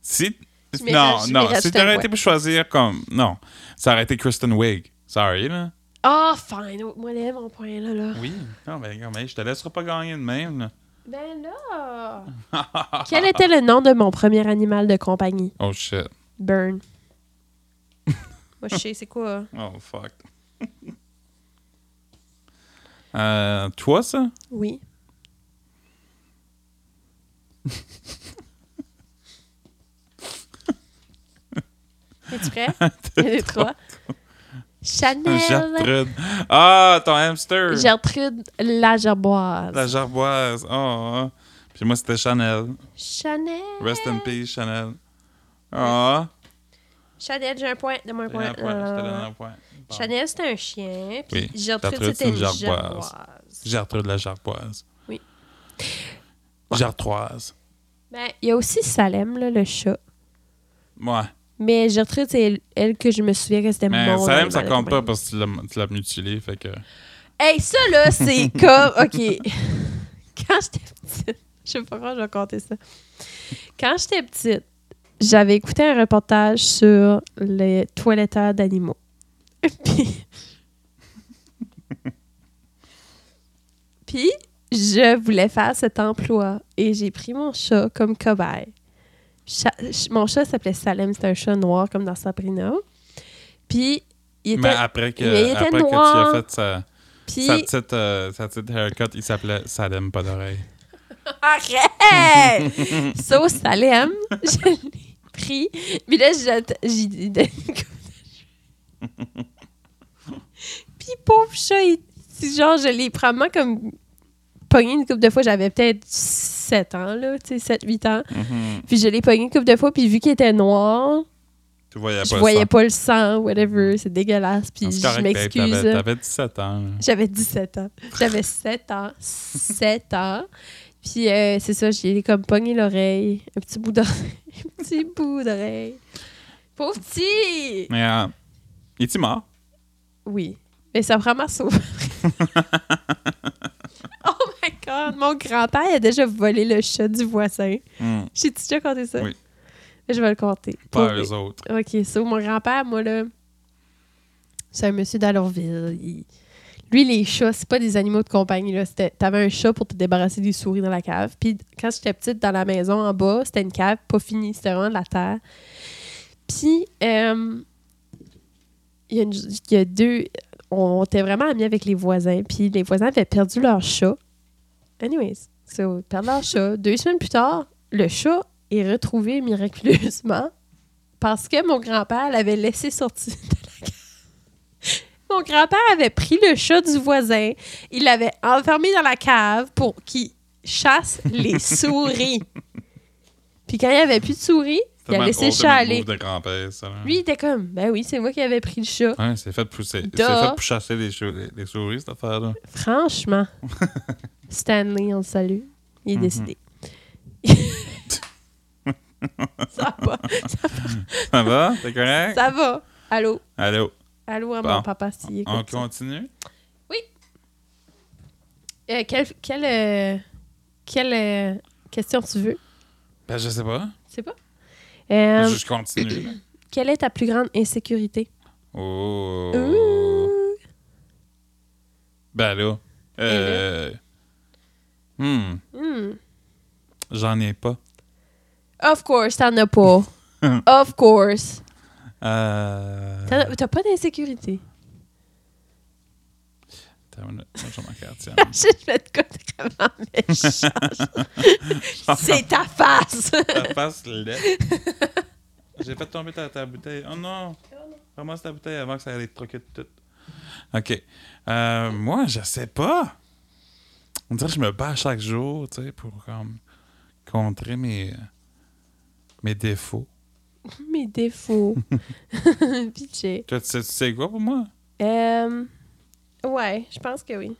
Speaker 1: Si.
Speaker 2: Je m'y
Speaker 1: Non,
Speaker 2: rajoute- je m'y
Speaker 1: non.
Speaker 2: rajoute
Speaker 1: Si
Speaker 2: un
Speaker 1: t'aurais
Speaker 2: point.
Speaker 1: été pour choisir comme. Non. Ça aurait été Kristen Wiig. Sorry, là.
Speaker 2: Ah, fine. oh, Moi, là, mon point, là, là.
Speaker 1: Oui. Non, ben, quand même, je te laisserai pas gagner de même, là.
Speaker 2: Ben là! Quel était le nom de mon premier animal de compagnie?
Speaker 1: Oh shit.
Speaker 2: Burn. Moi, je sais, c'est quoi? hein?
Speaker 1: Oh fuck. Euh, toi, ça?
Speaker 2: Oui. Es-tu prêt? Il y en a trois. Ben, Chanel.
Speaker 1: Gertrude. Ah, ton hamster.
Speaker 2: Gertrude la gerboise.
Speaker 1: La gerboise. Oh, oh. Puis moi, c'était Chanel.
Speaker 2: Chanel.
Speaker 1: Rest in peace, Chanel. Ah,
Speaker 2: Chanel, j'ai un point. Donne-moi un
Speaker 1: je te donne un
Speaker 2: point.
Speaker 1: point. Je te donne un point. Bon.
Speaker 2: euh, Chanel, c'était un chien.
Speaker 1: Oui.
Speaker 2: Puis Gertrude,
Speaker 1: Gertrude,
Speaker 2: c'était une
Speaker 1: c'est une gerboise.
Speaker 2: gerboise.
Speaker 1: Gertrude la gerboise.
Speaker 2: Oui.
Speaker 1: Gertroise.
Speaker 2: Ben, il y a aussi Salem, là, le chat.
Speaker 1: Ouais.
Speaker 2: Mais Gertrude, c'est elle que je me souviens que c'était
Speaker 1: Mais
Speaker 2: mon
Speaker 1: ça même, ça
Speaker 2: animal de
Speaker 1: compte pas
Speaker 2: compagnie.
Speaker 1: parce que tu l'as- tu l'as mutilé. Fait que.
Speaker 2: Hey, ça là, c'est comme. OK. Quand j'étais petite. Je sais pas comment je vais compter ça. Quand j'étais petite, j'avais écouté un reportage sur les toilettages d'animaux. Puis... Puis, je voulais faire cet emploi et j'ai pris mon chat comme cobaye. Cha- ch- mon chat s'appelait Salem, c'était un chat noir comme dans Sabrina. Puis, il était,
Speaker 1: Mais ah, après que,
Speaker 2: mais il était
Speaker 1: après que tu
Speaker 2: noir.
Speaker 1: as fait sa,
Speaker 2: puis-
Speaker 1: sa petite, euh, sa petite haircut, il s'appelait Salem, pas d'oreille.
Speaker 2: Arrête! Sauce Salem, je l'ai pris. Puis là, j'att- j'ai dit. Puis pauvre chat, il- c'est genre, je l'ai probablement comme pogné une couple de fois. J'avais peut-être 7 ans, là, tu sais, 7, 8 ans.
Speaker 1: Mhm.
Speaker 2: Puis je l'ai pogné une couple de fois. Puis vu qu'il était noir,
Speaker 1: Tu voyais
Speaker 2: je
Speaker 1: pas
Speaker 2: voyais
Speaker 1: ça.
Speaker 2: pas le sang, whatever. C'est dégueulasse. Puis
Speaker 1: Ah, c'est
Speaker 2: je
Speaker 1: correct, babe,
Speaker 2: m'excuse.
Speaker 1: T'avais, t'avais 17 ans. là.
Speaker 2: J'avais 17 ans. J'avais 7 ans. 7 ans. Puis euh, c'est ça, j'ai comme pogné l'oreille. Un petit bout d'oreille. Un petit bout d'oreille. Pauvre petit!
Speaker 1: Mais euh, est-il mort?
Speaker 2: Oui. Mais ça prend ma sauve. oh my god! Mon grand-père a déjà volé le chat du voisin.
Speaker 1: Hmm,
Speaker 2: J'ai déjà compté ça?
Speaker 1: Oui.
Speaker 2: Je vais le compter.
Speaker 1: Pas
Speaker 2: Pauvre-
Speaker 1: eux autres.
Speaker 2: OK, so mon grand-père, moi, là, c'est un monsieur d'Alortville. Il- Lui, les chats, c'est pas des animaux de compagnie. Là. C'était- T'avais un chat pour te débarrasser des souris dans la cave. Puis quand j'étais petite, dans la maison en bas, c'était une cave pas finie. C'était vraiment de la terre. Puis, euh, il y, a une- il y a deux... On était vraiment amis avec les voisins. Puis les voisins avaient perdu leur chat. Anyways, so, perdre leur chat. Deux semaines plus tard, le chat est retrouvé miraculeusement parce que mon grand-père l'avait laissé sortir de la cave. Mon grand-père avait pris le chat du voisin, il l'avait enfermé dans la cave pour qu'il chasse les souris. Puis quand il n'y avait plus de souris, il a
Speaker 1: Tellement
Speaker 2: laissé le
Speaker 1: ultimate
Speaker 2: chat aller.
Speaker 1: move de grand-père, ça. hein. là.
Speaker 2: Lui, il était comme, ben oui, c'est moi qui avais pris le chat.
Speaker 1: Ouais, c'est fait pour, c'est, c'est
Speaker 2: Duh.
Speaker 1: fait pour chasser les, chou- les- les souris, cette affaire-là.
Speaker 2: Franchement, Stanley, on le salue. Il est
Speaker 1: Mhm.
Speaker 2: décidé. ça va,
Speaker 1: Ça va? T'es correct?
Speaker 2: ça va. Allô,
Speaker 1: Allô?
Speaker 2: allô à
Speaker 1: Bon.
Speaker 2: mon papa s'il écoute
Speaker 1: On
Speaker 2: ça.
Speaker 1: continue?
Speaker 2: Euh, quelle quelle, euh, quelle, euh, question tu veux?
Speaker 1: Ben, je sais pas.
Speaker 2: Je sais pas.
Speaker 1: Je-
Speaker 2: Euh,
Speaker 1: je continue. là.
Speaker 2: Quelle est ta plus grande insécurité?
Speaker 1: Oh.
Speaker 2: Ouh.
Speaker 1: Ben là. Euh. Hmm.
Speaker 2: Hmm.
Speaker 1: J'en ai pas.
Speaker 2: Of course, t'en as pas. of course.
Speaker 1: Euh.
Speaker 2: T'en as- T'as pas d'insécurité.
Speaker 1: Attends une minute, moi, je vais marquer la tienne.
Speaker 2: Je vais te côté vraiment méchant. C'est ta face.
Speaker 1: Ta face là. J'ai fait tomber ta, ta bouteille. Oh non! Ramasse ta bouteille avant que ça allait troquer de tout. OK. Euh, moi, je sais pas. On dirait que je me bats chaque jour, tu sais, pour comme contrer mes, mes défauts.
Speaker 2: Mes défauts. Pitché.
Speaker 1: Toi, tu sais, tu sais quoi pour moi?
Speaker 2: Euh, ouais, je pense que oui.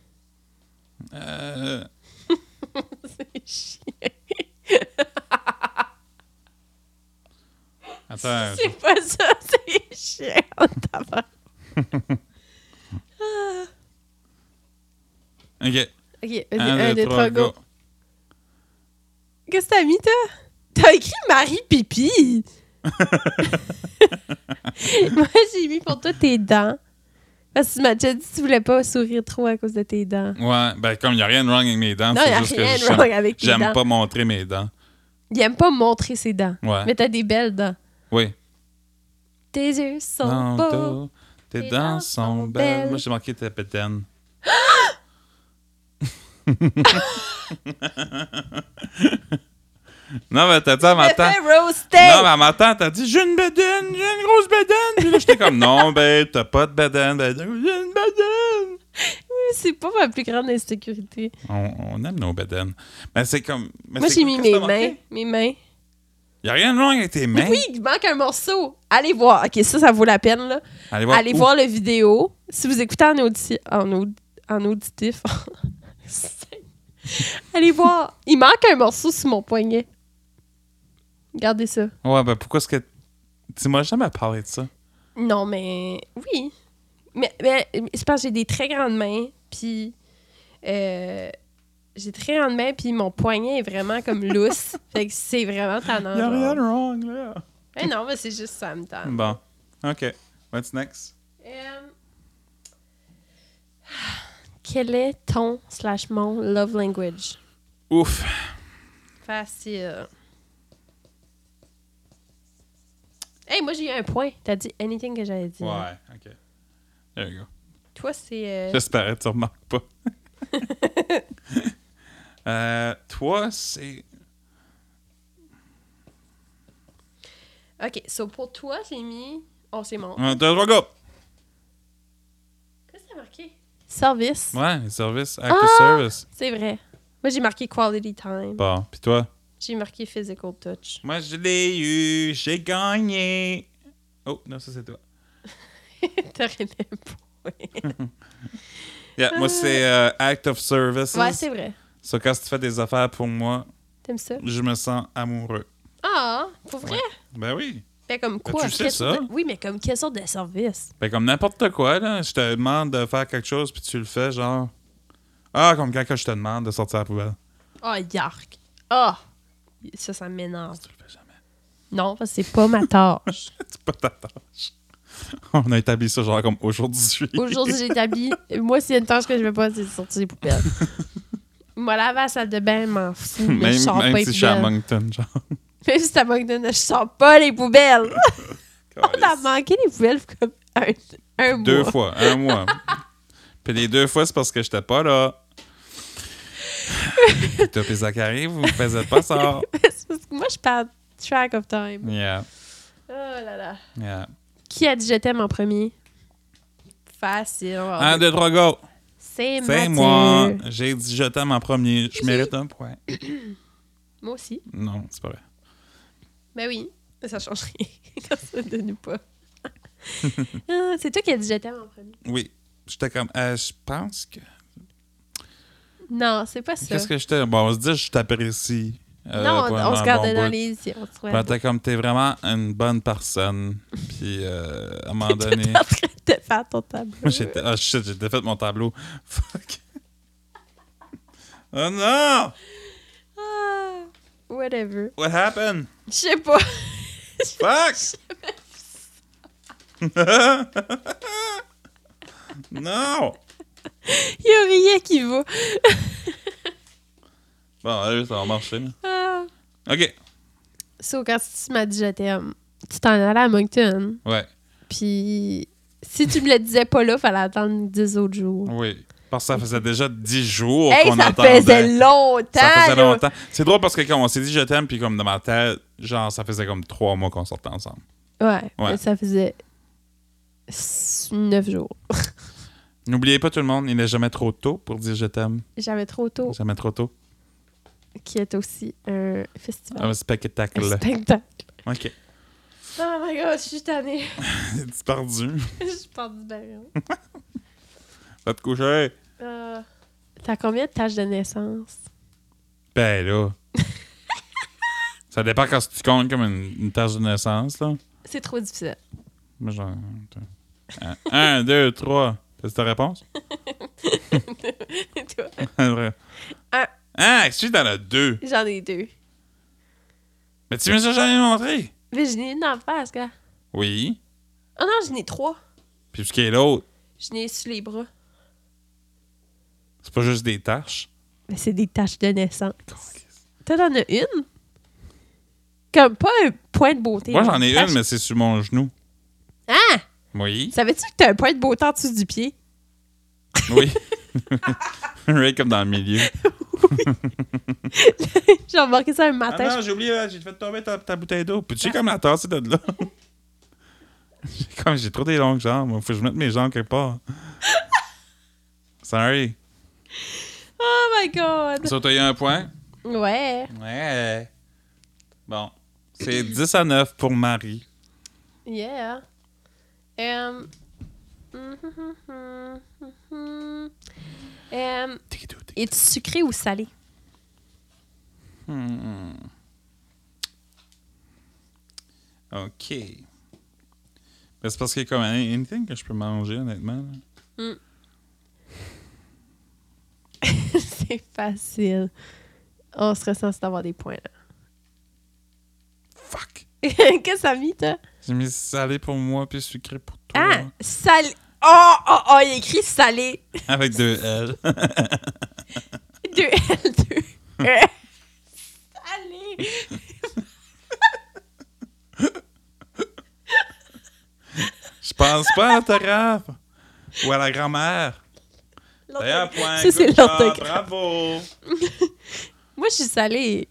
Speaker 1: Euh,
Speaker 2: C'est chiant.
Speaker 1: attends. je-
Speaker 2: C'est pas ça, c'est chiant. tabarnak.
Speaker 1: OK.
Speaker 2: Ok, un,
Speaker 1: Un,
Speaker 2: deux, un, deux, trois, go.
Speaker 1: go.
Speaker 2: Qu'est-ce que t'as mis, toi? T'as écrit Marie Pipi! Moi, j'ai mis pour toi tes dents. Parce que tu m'as déjà dit que tu voulais pas sourire trop à cause de tes dents.
Speaker 1: Ouais, ben comme il n'y a rien de wrong avec mes dents,
Speaker 2: Non, il
Speaker 1: c'est
Speaker 2: n'y a
Speaker 1: juste
Speaker 2: rien
Speaker 1: que
Speaker 2: de
Speaker 1: j'aime-
Speaker 2: wrong avec tes
Speaker 1: j'aime
Speaker 2: dents.
Speaker 1: pas montrer mes dents.
Speaker 2: Il aime pas montrer ses dents.
Speaker 1: Ouais.
Speaker 2: Mais t'as des belles dents.
Speaker 1: Oui.
Speaker 2: Tes yeux sont
Speaker 1: Non,
Speaker 2: beaux.
Speaker 1: t'as- Tes dents sont belles. Moi, j'ai marqué ta pétaine. non, mais t'as dit à
Speaker 2: Je me
Speaker 1: ma tante.
Speaker 2: fais roaster!
Speaker 1: Non, mais à ma tante, t'as dit J'ai une bédaine, j'ai une grosse bédaine. Puis là, j'étais comme Non, babe, t'as pas de bédaine. Ben, J'ai une bédaine.
Speaker 2: C'est pas ma plus grande insécurité.
Speaker 1: On, on aime nos bédaines. Mais c'est comme. mais
Speaker 2: Moi,
Speaker 1: c'est-
Speaker 2: j'ai mis
Speaker 1: qu'est-ce
Speaker 2: mes
Speaker 1: que t'as marqué?
Speaker 2: mains. Mes mains.
Speaker 1: Y a rien de wrong avec tes mains.
Speaker 2: Oui, il manque un morceau. Allez voir. OK, ça, ça vaut la peine, là.
Speaker 1: Allez voir.
Speaker 2: Allez
Speaker 1: où-
Speaker 2: voir la vidéo. Si vous écoutez en, audi- en, aud- en auditif. Allez voir. Il manque un morceau sur mon poignet. Regardez ça.
Speaker 1: Ouais, ben pourquoi est-ce que. Tu m'as jamais parlé de ça.
Speaker 2: Non, mais oui. Mais, mais- mais c'est parce que j'ai des très grandes mains, puis euh, j'ai très en main, puis mon poignet est vraiment comme lousse. fait que c'est vraiment tannant.
Speaker 1: Y'a
Speaker 2: genre.
Speaker 1: rien de wrong, là.
Speaker 2: Mais non, mais c'est juste ça me tente.
Speaker 1: Bon. OK. What's next?
Speaker 2: Euh, Quel est ton slash mon love language?
Speaker 1: Ouf.
Speaker 2: Facile. Hey, moi j'ai eu un point. T'as dit anything que j'avais dit.
Speaker 1: Ouais, OK. There you go.
Speaker 2: Toi, c'est. euh,
Speaker 1: J'espérais que tu remarques pas. Euh, toi, c'est...
Speaker 2: Ok, so pour toi, j'ai mis. Oh, c'est mon.
Speaker 1: Un, deux, trois, go!
Speaker 2: Qu'est-ce que t'as marqué? Service.
Speaker 1: Ouais, les services. Active
Speaker 2: Ah!
Speaker 1: service.
Speaker 2: C'est vrai. Moi, j'ai marqué quality time.
Speaker 1: Bon. Puis toi?
Speaker 2: J'ai marqué physical touch.
Speaker 1: Moi, je l'ai eu. J'ai gagné. Oh, non, ça, c'est toi.
Speaker 2: T'aurais mis un point.
Speaker 1: Yeah, moi, c'est euh, act of service.
Speaker 2: ouais, c'est vrai.
Speaker 1: So, quand tu fais des affaires pour moi,
Speaker 2: T'aimes ça?
Speaker 1: je me sens amoureux.
Speaker 2: Ah, pour vrai?
Speaker 1: Ouais. Ben oui.
Speaker 2: Ben, comme
Speaker 1: Ben,
Speaker 2: quoi?
Speaker 1: tu sais
Speaker 2: Quelle
Speaker 1: ça?
Speaker 2: sorte de- Oui, mais comme quelle sorte de service?
Speaker 1: Ben, comme n'importe quoi, là. Je te demande de faire quelque chose, puis tu le fais, genre. Ah, comme quand je te demande de sortir la poubelle.
Speaker 2: Ah, yark. Ah! Ça, ça m'énerve.
Speaker 1: Ah, Tu le fais jamais.
Speaker 2: Non, parce que c'est pas ma tâche.
Speaker 1: C'est pas ta tâche. On a établi ça, genre, comme aujourd'hui.
Speaker 2: Aujourd'hui, j'établis. Moi, s'il y a une tâche que je veux pas, c'est de sortir les poubelles. Moi, laver la salle de bain, m'en fous. Mais je
Speaker 1: même
Speaker 2: sors
Speaker 1: même
Speaker 2: pas les
Speaker 1: si je suis à
Speaker 2: poubelles.
Speaker 1: Moncton, genre.
Speaker 2: Même si c'est à Moncton, je sors pas les poubelles.
Speaker 1: Oh,
Speaker 2: On a manqué les poubelles comme un, un
Speaker 1: Deux
Speaker 2: mois.
Speaker 1: fois, un mois. Puis les deux fois, c'est parce que j'étais pas là. Top et Zachary, vous faisiez pas ça.
Speaker 2: c'est parce que moi, je perds track of time.
Speaker 1: Yeah,
Speaker 2: Oh là là.
Speaker 1: yeah.
Speaker 2: Qui a dit je t'aime en premier? Facile. on va
Speaker 1: Un,
Speaker 2: regarder.
Speaker 1: deux, trois, go. Ah,
Speaker 2: C'est
Speaker 1: Hein, C'est
Speaker 2: Mathieu.
Speaker 1: moi. J'ai dit je t'aime en premier. Je mérite un point.
Speaker 2: Moi aussi.
Speaker 1: Non, c'est pas vrai.
Speaker 2: Ben oui, ça change rien. Quand ça donne ou pas. Ah, c'est toi qui as dit je t'aime en premier.
Speaker 1: Oui, j'étais comme, euh, je pense que.
Speaker 2: Non, c'est pas ça.
Speaker 1: Qu'est-ce que j'étais? Bon, on se dit je t'apprécie. euh,
Speaker 2: non, on,
Speaker 1: pendant
Speaker 2: on
Speaker 1: un
Speaker 2: se gardait
Speaker 1: bon
Speaker 2: dans
Speaker 1: bout.
Speaker 2: les yeux. On se
Speaker 1: Ben,
Speaker 2: regardait.
Speaker 1: t'es comme, t'es vraiment une bonne personne. Puis, euh, à un moment
Speaker 2: T'étais
Speaker 1: donné.
Speaker 2: en train de faire ton tableau.
Speaker 1: Moi, j'étais. Ah, shit, j'ai défait mon tableau. Fuck. Oh non!
Speaker 2: Ah, whatever.
Speaker 1: What happened?
Speaker 2: Je sais pas.
Speaker 1: Fuck! non!
Speaker 2: Il y a rien qui va.
Speaker 1: Bon, allez, ça va marcher. là.
Speaker 2: Ah.
Speaker 1: Ok,
Speaker 2: So, quand tu m'as dit je t'aime, tu t'en allais à Moncton.
Speaker 1: ouais,
Speaker 2: Puis, si tu me le disais pas là, fallait attendre 10 autres jours.
Speaker 1: oui. Parce que ça faisait déjà 10 jours
Speaker 2: Hey,
Speaker 1: qu'on
Speaker 2: ça
Speaker 1: attendait.
Speaker 2: faisait longtemps!
Speaker 1: Ça faisait
Speaker 2: là.
Speaker 1: longtemps. C'est drôle parce que quand on s'est dit je t'aime, puis comme dans ma tête, genre, ça faisait comme 3 mois qu'on sortait ensemble.
Speaker 2: Ouais,
Speaker 1: Ouais.
Speaker 2: mais ça faisait 9 jours.
Speaker 1: N'oubliez pas tout le monde, il n'est jamais trop tôt pour dire je t'aime.
Speaker 2: J'avais trop tôt,
Speaker 1: Jamais trop tôt.
Speaker 2: qui est aussi un festival.
Speaker 1: Un
Speaker 2: un
Speaker 1: spectacle.
Speaker 2: spectacle.
Speaker 1: Ok.
Speaker 2: Oh my god, je suis tannée.
Speaker 1: C'est perdu.
Speaker 2: je pars du baillon.
Speaker 1: Va te coucher.
Speaker 2: Euh, T'as combien de tâches de naissance?
Speaker 1: Ben là. ça dépend quand tu comptes comme une, une tache de naissance, là.
Speaker 2: C'est trop difficile.
Speaker 1: Moi, j'en. Un, un, deux, trois. C'est ta réponse?
Speaker 2: Toi,
Speaker 1: Un.
Speaker 2: Un.
Speaker 1: Ah, excuse, t'en as deux.
Speaker 2: J'en ai deux.
Speaker 1: Mais tu me l'as jamais montré.
Speaker 2: Mais je n'ai une en face, gars.
Speaker 1: Oui.
Speaker 2: Oh Ah non, j'en ai trois.
Speaker 1: Puis ce qui est l'autre,
Speaker 2: Je n'ai sur les bras.
Speaker 1: c'est pas juste des taches.
Speaker 2: Mais c'est des tâches de naissance. Toi, t'en as une? Comme pas un point de beauté.
Speaker 1: Moi, j'en ai
Speaker 2: tâche-
Speaker 1: une, mais c'est sur mon genou.
Speaker 2: Ah!
Speaker 1: Oui.
Speaker 2: Savais-tu que t'as un point de beauté en dessous du pied?
Speaker 1: Oui. Oui, comme dans le milieu.
Speaker 2: J'ai remarqué ça un matin.
Speaker 1: Ah j'ai oublié, hein, j'ai fait tomber ta, bouteille d'eau. Puis tu sais comme la tasse de là. J'ai comme j'ai trop des longues jambes, faut que je mette mes jambes quelque part. Sorry.
Speaker 2: je- Oh my god!
Speaker 1: Ça, t'as eu un point?
Speaker 2: Ouais.
Speaker 1: Ouais. Bon. C'est 10 à 9 pour Marie.
Speaker 2: Yeah. Um, um, Es-tu sucré ou salé?
Speaker 1: Hmm. OK. Ben, c'est parce qu'il y a comme un- anything que je peux manger, honnêtement. là.
Speaker 2: c'est facile. On serait censé avoir des points, là.
Speaker 1: Fuck.
Speaker 2: Qu'est-ce que ça a mis, toi?
Speaker 1: J'ai mis salé pour moi puis sucré pour toi.
Speaker 2: Ah! Salé! Oh, oh, oh, il a écrit salé!
Speaker 1: Avec deux L.
Speaker 2: Deux L, deux E. Salé!
Speaker 1: Je pense pas à l'orthographe ou à la grand-mère. D'ailleurs, point.
Speaker 2: Ça, c'est
Speaker 1: Good job,
Speaker 2: l'orthographe.
Speaker 1: Bravo.
Speaker 2: Moi, je suis salée.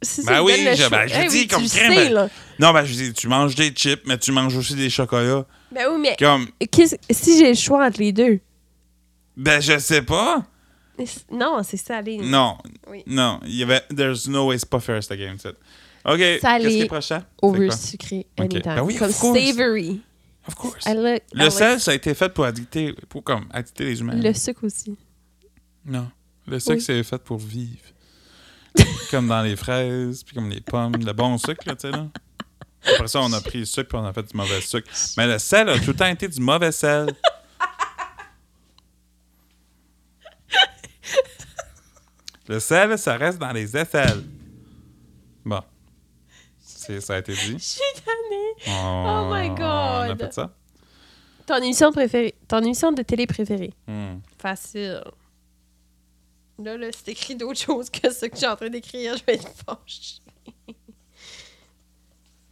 Speaker 2: Si
Speaker 1: Ben
Speaker 2: me
Speaker 1: oui,
Speaker 2: donne le
Speaker 1: je-
Speaker 2: choix-
Speaker 1: ben, je
Speaker 2: Eh
Speaker 1: dis
Speaker 2: oui,
Speaker 1: comme
Speaker 2: tu le
Speaker 1: crème,
Speaker 2: sais,
Speaker 1: ben-
Speaker 2: là.
Speaker 1: Non, ben, je dis, tu manges des chips, mais tu manges aussi des chocolats.
Speaker 2: Ben oui, mais
Speaker 1: Comme,
Speaker 2: qu'est-ce- si j'ai le choix entre les deux.
Speaker 1: ben, je sais pas.
Speaker 2: Non, c'est salé.
Speaker 1: Non.
Speaker 2: Mm. Oui.
Speaker 1: Non. Il y avait. There's no way, c'est pas fair, cette game. set. OK. Qu'est-ce qui est prochain? C'est
Speaker 2: Over
Speaker 1: quoi?
Speaker 2: sucré,
Speaker 1: Ok.
Speaker 2: anytime.
Speaker 1: Ben oui, of
Speaker 2: comme
Speaker 1: course.
Speaker 2: savory.
Speaker 1: Of course.
Speaker 2: I look- I
Speaker 1: Le
Speaker 2: look-
Speaker 1: sel, ça a été fait pour addicter, pour comme, addicter les humains.
Speaker 2: Le sucre aussi.
Speaker 1: Non. Le sucre,
Speaker 2: Oui.
Speaker 1: c'est fait pour vivre. comme dans les fraises, puis comme les pommes. Le bon sucre, là, tu sais, là. Après ça, on a pris le sucre, puis on a fait du mauvais sucre. Mais le sel a tout le temps été du mauvais sel. Le sel, ça reste dans les aisselles. Bon. C'est, ça a été dit.
Speaker 2: Je suis tannée.
Speaker 1: On-
Speaker 2: Oh my God.
Speaker 1: On a fait ça?
Speaker 2: Ton émission préférée. Ton émission de télé préférée.
Speaker 1: Hmm.
Speaker 2: Facile. Là, là, c'est écrit d'autres choses que ce que j'ai en train d'écrire. Je vais être fâchée.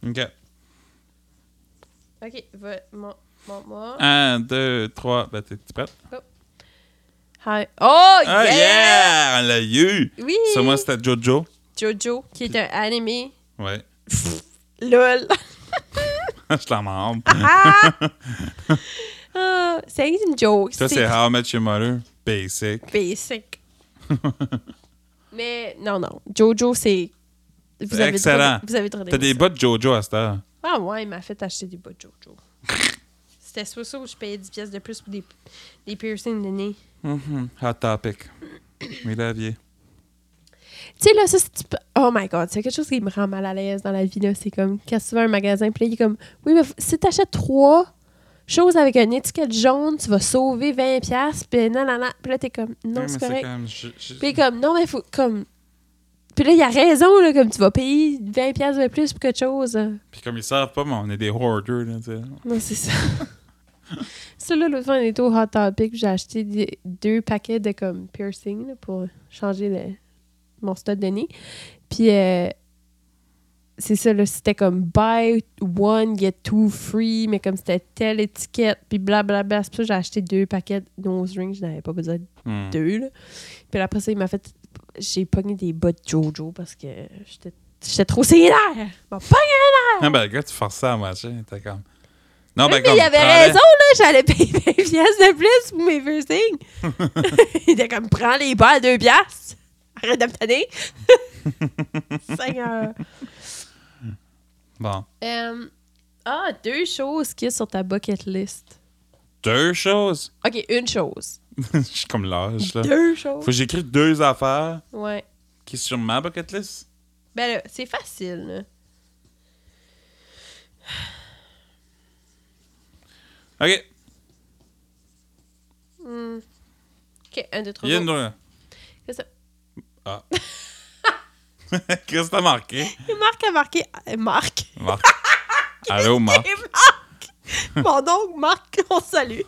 Speaker 1: OK.
Speaker 2: OK, va, mon, mon, mon.
Speaker 1: Un, deux, trois. Ben, t'es, t'es prête?
Speaker 2: Hi. Oh,
Speaker 1: Ah,
Speaker 2: yeah!
Speaker 1: yeah! On l'a eu!
Speaker 2: Oui!
Speaker 1: Sur moi, c'était Jojo.
Speaker 2: Jojo, qui est un animé.
Speaker 1: Ouais.
Speaker 2: LOL!
Speaker 1: Je la marre.
Speaker 2: Ah! Ah, c'est une joke.
Speaker 1: Ça, c'est How I Met Your Mother. Basic.
Speaker 2: basic. Mais non, non. Jojo, c'est. Vous
Speaker 1: C'est
Speaker 2: avez le droit
Speaker 1: excellent.
Speaker 2: de- Vous avez le droit
Speaker 1: T'as des
Speaker 2: d'aimer ça.
Speaker 1: bas de Jojo à cette heure.
Speaker 2: Ah ouais, il m'a fait acheter des bas de Jojo. C'était soit ça où je payais 10 pièces de plus pour des, des piercings de nez.
Speaker 1: Mhm. Hot topic. Mes laviers.
Speaker 2: Tu sais, là, ça, c'est. type- Oh my god, c'est quelque chose qui me rend mal à l'aise dans la vie, là. C'est comme quand tu vas à un magasin, puis là, il est comme. Oui, mais f- si t'achètes trois choses avec une étiquette jaune, tu vas sauver 20$, piastres, puis non, non, non. Puis là, t'es comme.
Speaker 1: Ouais,
Speaker 2: Non,
Speaker 1: mais
Speaker 2: c'est correct.
Speaker 1: comme- je- je-
Speaker 2: Puis il est comme, non, mais faut. comme Puis là, il a raison, là, comme tu vas payer 20$ piastres de plus pour quelque chose. hein.
Speaker 1: Puis comme ils savent pas, mais on est des hoarders, là, tu sais.
Speaker 2: Non, c'est ça. ça, là, l'autre fois, on était au Hot Topic, puis j'ai acheté des- deux paquets de comme piercing là, pour changer le- mon stock de nez. Puis euh, c'est ça, là, c'était comme buy one, get two free, mais comme c'était telle étiquette, puis blablabla. C'est pour ça que j'ai acheté deux paquets de nose rings, je n'avais pas besoin
Speaker 1: Hmm.
Speaker 2: deux. Là. Puis là, après ça, il m'a fait. J'ai pogné des bas de Jojo parce que j'étais j'étais trop sévère. Il m'a pogné un air.
Speaker 1: Ah, ben, le gars, tu forces ça à moitié. T'es comme. Non,
Speaker 2: Oui,
Speaker 1: ben,
Speaker 2: mais
Speaker 1: comme.
Speaker 2: il avait
Speaker 1: prends-le.
Speaker 2: raison, là. J'allais payer 20 piastres de plus pour mes piercings. il était comme, prends les bas à 2 piastres. Arrête de me tanner. Seigneur.
Speaker 1: Bon.
Speaker 2: Euh, ah, deux choses qui est sur ta bucket list.
Speaker 1: Deux choses.
Speaker 2: OK, une chose.
Speaker 1: Je suis comme l'âge, là.
Speaker 2: Deux choses.
Speaker 1: Faut que j'écris deux affaires
Speaker 2: Ouais.
Speaker 1: qui sont sur ma bucket list.
Speaker 2: Ben là, c'est facile, là.
Speaker 1: OK.
Speaker 2: Hmm. OK, un, deux, trois.
Speaker 1: Il y a
Speaker 2: go.
Speaker 1: une. là.
Speaker 2: C'est ça.
Speaker 1: Ah. Qu'est-ce que t'as marqué?
Speaker 2: Marc a marqué. euh, Marc.
Speaker 1: Marc. Allô, Marc.
Speaker 2: Et Marc! Mon oncle Marc, on se salue.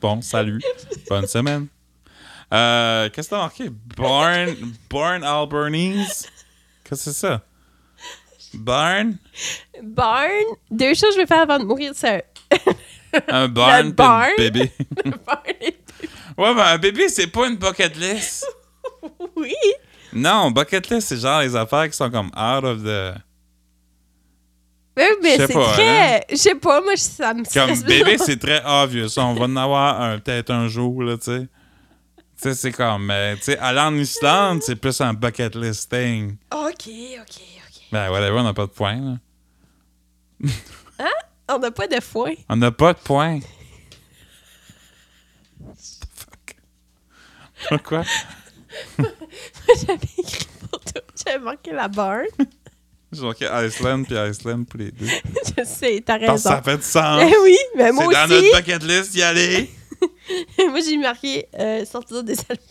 Speaker 1: bon, salut. Bonne semaine. Euh, Qu'est-ce que t'as marqué? Barn, Barn Albanese? Qu'est-ce que c'est ça? Barn?
Speaker 2: Barn, deux choses que je vais faire avant de mourir, c'est
Speaker 1: Un barn, puis
Speaker 2: barn?
Speaker 1: un bébé.
Speaker 2: un barn et
Speaker 1: Ouais, ben un bébé, c'est pas une bucket list.
Speaker 2: Oui!
Speaker 1: Non, bucket list, c'est genre les affaires qui sont comme out of the...
Speaker 2: Mais, mais
Speaker 1: Je sais
Speaker 2: c'est
Speaker 1: pas, hein.
Speaker 2: très. Je sais pas, moi, je- ça me
Speaker 1: Comme
Speaker 2: stresse
Speaker 1: bébé,
Speaker 2: vraiment.
Speaker 1: c'est très obvious. On va en avoir un peut-être un jour, là, tu sais. Tu sais, c'est comme... euh, tu sais, aller en Islande, c'est plus un bucket list thing.
Speaker 2: Ok, ok, ok.
Speaker 1: Ben, whatever, on n'a pas de point, là.
Speaker 2: Hein? On n'a pas de foin.
Speaker 1: On n'a pas de points. The fuck? Pourquoi?
Speaker 2: J'avais écrit pour toi. J'avais marqué la barn.
Speaker 1: J'ai marqué Iceland puis Iceland pour les deux.
Speaker 2: je sais, t'as
Speaker 1: Parce que
Speaker 2: raison.
Speaker 1: ça fait du sens.
Speaker 2: Mais oui, mais
Speaker 1: C'est
Speaker 2: moi
Speaker 1: dans
Speaker 2: aussi.
Speaker 1: notre bucket list d'y aller.
Speaker 2: moi, j'ai marqué euh, sortir des albums.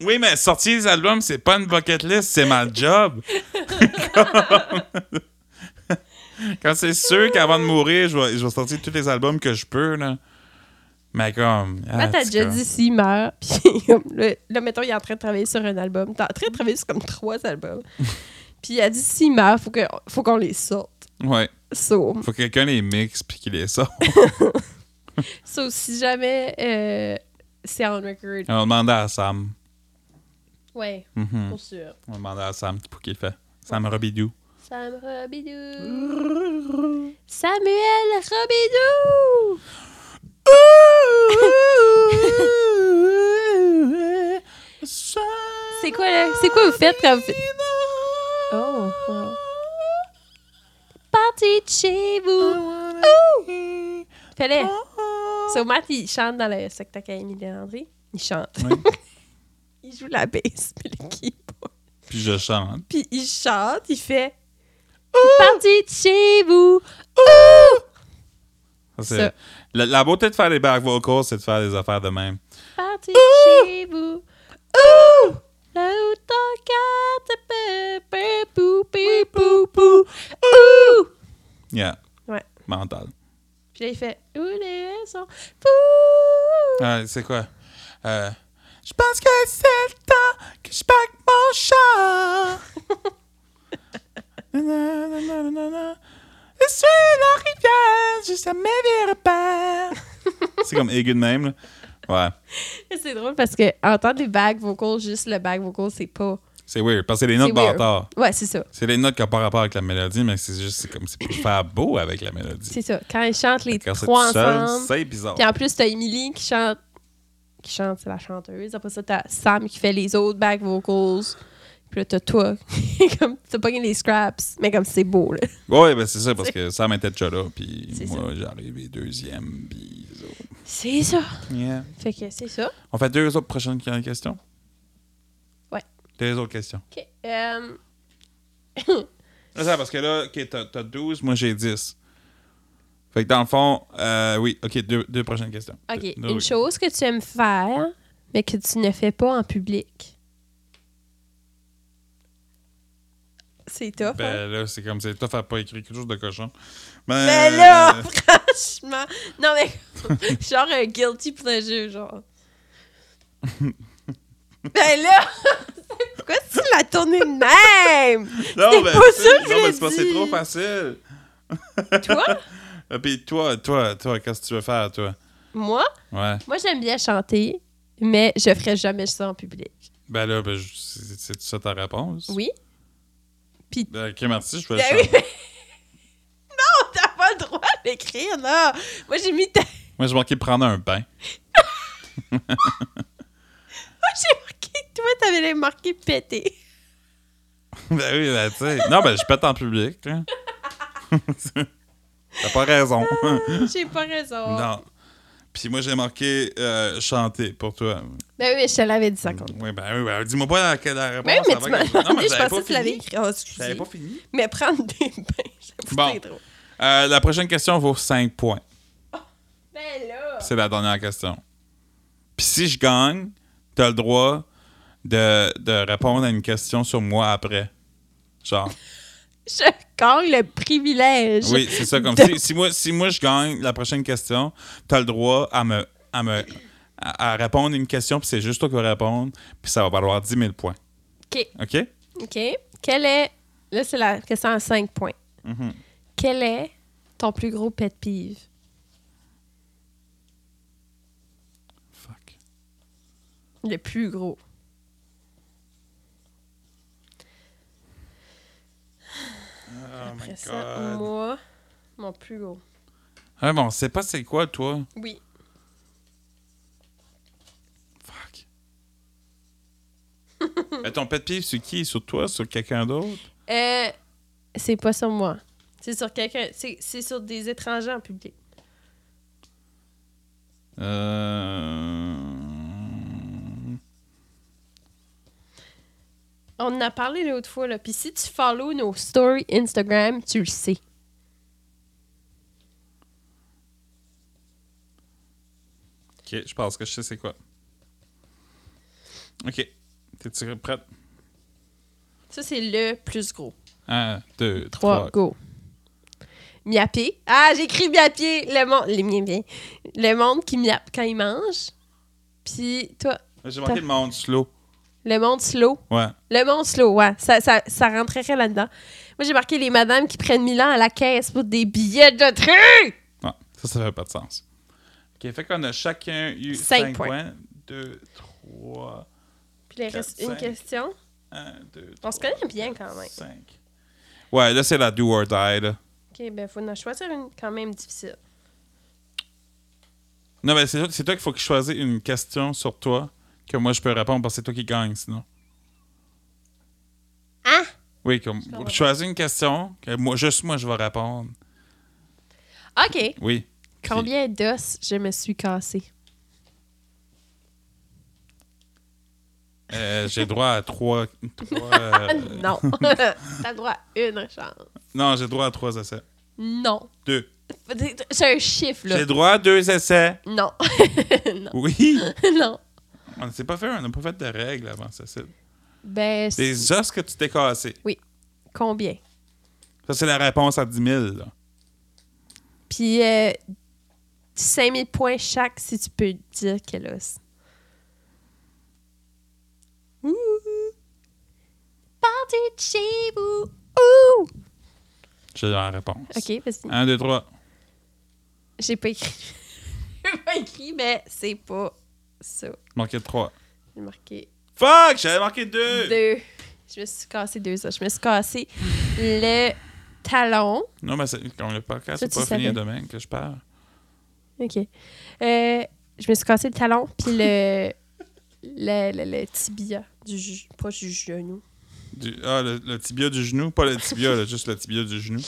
Speaker 1: Oui, mais sortir les albums, c'est pas une bucket list, c'est ma job. Quand c'est sûr qu'avant de mourir, je vais, je vais sortir tous les albums que je peux, là. Mais comme.
Speaker 2: Matt a
Speaker 1: ah,
Speaker 2: déjà
Speaker 1: en tout cas.
Speaker 2: dit s'il meurt, puis comme là, là, mettons, il est en train de travailler sur un album. T'es en train de travailler sur comme trois albums. puis il a dit s'il meurt, faut que faut qu'on les sorte.
Speaker 1: Ouais.
Speaker 2: So,
Speaker 1: Faut que quelqu'un les mixe puis qu'il les sorte.
Speaker 2: so, si jamais euh, c'est on record,
Speaker 1: On va demander à Sam.
Speaker 2: ouais,
Speaker 1: Mhm.
Speaker 2: pour sûr.
Speaker 1: On va demander à Sam pour qu'il le fait. Sam Robidoux.
Speaker 2: Sam Robidou. Samuel Robidou. C'est quoi, là? C'est quoi vous faites quand vous faites- Oh, wow. Parti de chez vous. Fais-le. So, Matt, il chante dans le spectacle à Émilie Landry. Il chante.
Speaker 1: Oui.
Speaker 2: il joue la bass puis le keyboard.
Speaker 1: Puis je chante.
Speaker 2: Puis il chante, il fait C'est parti de chez vous. Ouh!
Speaker 1: Ça, c'est-
Speaker 2: Ça.
Speaker 1: La, la beauté de faire des back vocals, c'est de faire des affaires de même.
Speaker 2: Parti de chez vous. Ouh! La haute carte, pe- pe- pou, pe- pou, pou. Ouh!
Speaker 1: Yeah.
Speaker 2: Ouais.
Speaker 1: Mental.
Speaker 2: Puis là, il fait Où les haies sont Ouh!
Speaker 1: Ah, c'est quoi? Euh, je pense que c'est le temps que je pack mon char. Nanana, nanana. Je suis la rivière, je sais mes vieux repères. c'est comme aigu de même, là. Ouais.
Speaker 2: Et C'est drôle parce que entendre les back vocals, juste le back vocal, c'est pas.
Speaker 1: C'est weird, parce que c'est des
Speaker 2: C'est
Speaker 1: notes
Speaker 2: weird.
Speaker 1: bâtards.
Speaker 2: Ouais, c'est ça.
Speaker 1: C'est des notes qui n'ont pas rapport avec la mélodie, mais c'est juste c'est comme c'est pour faire beau avec la mélodie.
Speaker 2: C'est ça. Quand ils chantent les
Speaker 1: Quand c'est
Speaker 2: trois
Speaker 1: tout seul,
Speaker 2: ensemble.
Speaker 1: c'est bizarre.
Speaker 2: Puis en plus, t'as Emily qui chante. Qui chante, c'est la chanteuse. Après ça, t'as Sam qui fait les autres back vocals. Puis là, t'as toi. comme, t'as pas les scraps. Mais comme c'est beau, là.
Speaker 1: Ouais, ben c'est ça, parce que Sam était déjà là, puis
Speaker 2: C'est
Speaker 1: moi, j'arrive et deuxième, puis...
Speaker 2: C'est ça.
Speaker 1: Yeah.
Speaker 2: Fait que c'est ça.
Speaker 1: On fait deux autres prochaines questions?
Speaker 2: Ouais.
Speaker 1: Deux autres questions.
Speaker 2: OK. euh,
Speaker 1: C'est ça, parce que là, ok, t'as t'as 12, moi j'ai 10. Fait que dans le fond, euh, oui, ok, deux, deux prochaines questions.
Speaker 2: OK.
Speaker 1: Deux- deux-
Speaker 2: Une chose que tu aimes faire, mais que tu ne fais pas en public. C'est tough. hein?
Speaker 1: Ben là, c'est comme, c'est tough à pas écrire quelque chose de cochon. Ben,
Speaker 2: Mais là,
Speaker 1: euh,
Speaker 2: franchement. Non, mais genre un guilty pleasure, genre. ben là, pourquoi tu l'as tourné de même?
Speaker 1: non,
Speaker 2: c'est
Speaker 1: ben,
Speaker 2: pas
Speaker 1: tu sais,
Speaker 2: ça que
Speaker 1: non,
Speaker 2: j'ai
Speaker 1: mais c'est parce que c'est
Speaker 2: dit.
Speaker 1: trop facile.
Speaker 2: Toi,
Speaker 1: Et puis toi, toi, toi, qu'est-ce que tu veux faire, toi?
Speaker 2: moi,
Speaker 1: Ouais.
Speaker 2: moi j'aime bien chanter, mais je ferai jamais ça en public.
Speaker 1: Ben là, ben, je- c'est c'est ça ta réponse?
Speaker 2: Oui?
Speaker 1: Ben, ok, merci, je vais le
Speaker 2: Ben
Speaker 1: faire.
Speaker 2: oui. non, t'as pas le droit de l'écrire, là. Moi j'ai mis ta-
Speaker 1: Moi, j'ai manqué de prendre un bain.
Speaker 2: Moi j'ai marqué. Toi, t'avais les marqués pétés.
Speaker 1: ben oui, ben tu sais. Non, ben je pète en public. là. T'as pas raison.
Speaker 2: J'ai pas raison.
Speaker 1: non. Puis moi, j'ai marqué euh, chanter pour toi.
Speaker 2: Ben oui, mais je te l'avais dit ça quand
Speaker 1: Oui, ben oui, ben, dis-moi pas la, la réponse.
Speaker 2: Oui, mais
Speaker 1: avant
Speaker 2: tu
Speaker 1: que-
Speaker 2: m'as
Speaker 1: Non, mais
Speaker 2: demandé, je
Speaker 1: j'avais
Speaker 2: pensais
Speaker 1: pas
Speaker 2: que tu l'avais
Speaker 1: fini.
Speaker 2: écrit. Oh,
Speaker 1: J'avais
Speaker 2: excusez.
Speaker 1: pas fini.
Speaker 2: Mais prendre des bains, j'avoue,
Speaker 1: Bon.
Speaker 2: c'est drôle.
Speaker 1: Euh, la prochaine question vaut 5 points.
Speaker 2: Ben là!
Speaker 1: C'est la dernière question. Puis si je gagne, t'as le droit de, de répondre à une question sur moi après. Genre.
Speaker 2: Je gagne le privilège.
Speaker 1: Oui, c'est ça. Comme
Speaker 2: de-
Speaker 1: si, si moi, si moi je gagne la prochaine question, t'as le droit à me, à me à, à répondre une question, puis c'est juste toi qui vas répondre, puis ça va valoir 10 000 points.
Speaker 2: OK.
Speaker 1: OK?
Speaker 2: OK. Quel est. Là, c'est la question à 5 points.
Speaker 1: Mhm.
Speaker 2: Quel est ton plus gros pet peeve?
Speaker 1: Fuck.
Speaker 2: Le plus gros.
Speaker 1: Oh my
Speaker 2: Après ça,
Speaker 1: God.
Speaker 2: moi, mon plus gros.
Speaker 1: Ah bon, c'est pas c'est quoi, toi?
Speaker 2: Oui.
Speaker 1: Fuck. Mais ton pet peeve, sur qui? Sur toi? Sur quelqu'un d'autre?
Speaker 2: Euh, c'est pas sur moi. C'est sur quelqu'un. C'est c'est sur des étrangers en public.
Speaker 1: Euh...
Speaker 2: On en a parlé l'autre fois, là. Puis si tu follow nos stories Instagram, tu le sais.
Speaker 1: OK, je pense que je sais c'est quoi. OK. T'es-tu prête?
Speaker 2: Ça, c'est le plus gros.
Speaker 1: 1, 2,
Speaker 2: 3,
Speaker 1: 3.
Speaker 2: go. Miaper. Ah, j'écris miaper. Le monde. Les miens, bien. Le monde qui miape quand il mange. Puis toi,
Speaker 1: J'ai manqué le monde slow.
Speaker 2: le monde slow.
Speaker 1: Ouais.
Speaker 2: Le monde slow, ouais. Ça, ça, ça rentrerait là-dedans. Moi, j'ai marqué les madames qui prennent Milan à la caisse pour des billets de truc.
Speaker 1: Ouais, ça, ça fait pas de sens. OK, fait qu'on a chacun eu
Speaker 2: Cinq
Speaker 1: 5
Speaker 2: points.
Speaker 1: points. 2, 3,
Speaker 2: Puis il
Speaker 1: Quatre,
Speaker 2: reste une
Speaker 1: cinq.
Speaker 2: question.
Speaker 1: 1, 2, 3.
Speaker 2: On se connaît bien quand même.
Speaker 1: 5. Ouais, là, c'est la do or die, là.
Speaker 2: OK, ben, faut en choisir une quand même difficile.
Speaker 1: Non, mais c'est c'est toi qu'il faut que je choisisse une question sur toi que moi je peux répondre parce que c'est toi qui gagne, sinon.
Speaker 2: Hein?
Speaker 1: Oui, comme.
Speaker 2: Je comprends
Speaker 1: Choisis une question que moi, juste moi, je vais répondre.
Speaker 2: OK.
Speaker 1: Oui.
Speaker 2: Combien d'os je me suis cassé?
Speaker 1: Euh, J'ai droit à trois. trois,
Speaker 2: Ah,
Speaker 1: euh,
Speaker 2: non. T'as droit à une chance.
Speaker 1: non, j'ai droit à trois essais.
Speaker 2: Non.
Speaker 1: Deux.
Speaker 2: C'est un chiffre, là.
Speaker 1: J'ai droit à deux essais.
Speaker 2: Non. non.
Speaker 1: Oui.
Speaker 2: non.
Speaker 1: On ne s'est pas fait, on n'a pas fait de règles avant, Cécile.
Speaker 2: Ben, c'est-
Speaker 1: C'est juste que tu t'es cassé.
Speaker 2: combien?
Speaker 1: Ça, c'est la réponse à 10 000. là.
Speaker 2: Puis, euh, 5000 points chaque, si tu peux dire quel os. Ouh. Parti de chez vous. Ouh.
Speaker 1: J'ai la réponse.
Speaker 2: OK, vas-y.
Speaker 1: 1, 2, 3.
Speaker 2: J'ai pas écrit. J'ai pas écrit, mais c'est pas ça.
Speaker 1: Marqué 3.
Speaker 2: J'ai marqué
Speaker 1: Fuck! J'avais marqué 2!
Speaker 2: deux. Je me suis cassé deux os. Je me suis cassé le talon.
Speaker 1: Non, mais c'est- comme le podcast,
Speaker 2: Ça,
Speaker 1: c'est
Speaker 2: tu
Speaker 1: pas fini
Speaker 2: savais.
Speaker 1: demain que je pars.
Speaker 2: OK. Euh, je me suis cassé le talon, puis le, le, le, le tibia. Du, ju- pas du genou.
Speaker 1: Du- ah, le, le tibia du genou. Pas le tibia, là, juste le tibia du genou.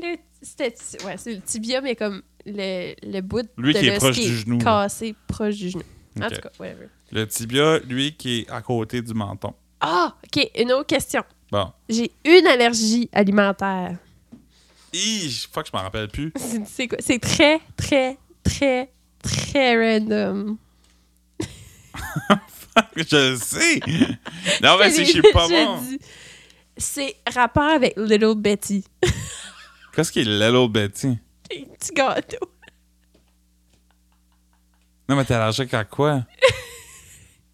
Speaker 2: Le, c'était, ouais, c'est le tibia, mais comme le, le bout
Speaker 1: Lui
Speaker 2: de
Speaker 1: qui est
Speaker 2: l'os
Speaker 1: proche du genou, là.
Speaker 2: Cassé proche du genou. En
Speaker 1: Ok.
Speaker 2: tout cas, whatever.
Speaker 1: Le tibia, lui, qui est à côté du menton.
Speaker 2: Ah! OK, une autre question.
Speaker 1: Bon.
Speaker 2: J'ai une allergie alimentaire.
Speaker 1: Ih, fuck, je m'en rappelle plus.
Speaker 2: C'est- C'est quoi? C'est très, très, très, très random.
Speaker 1: je le sais! Non, mais si je suis ben, pas bon.
Speaker 2: dis- C'est rapport avec Little Betty.
Speaker 1: Qu'est-ce qu'il est l'autre Betty?
Speaker 2: Les petits gâteaux.
Speaker 1: Non, mais t'es allergique à quoi?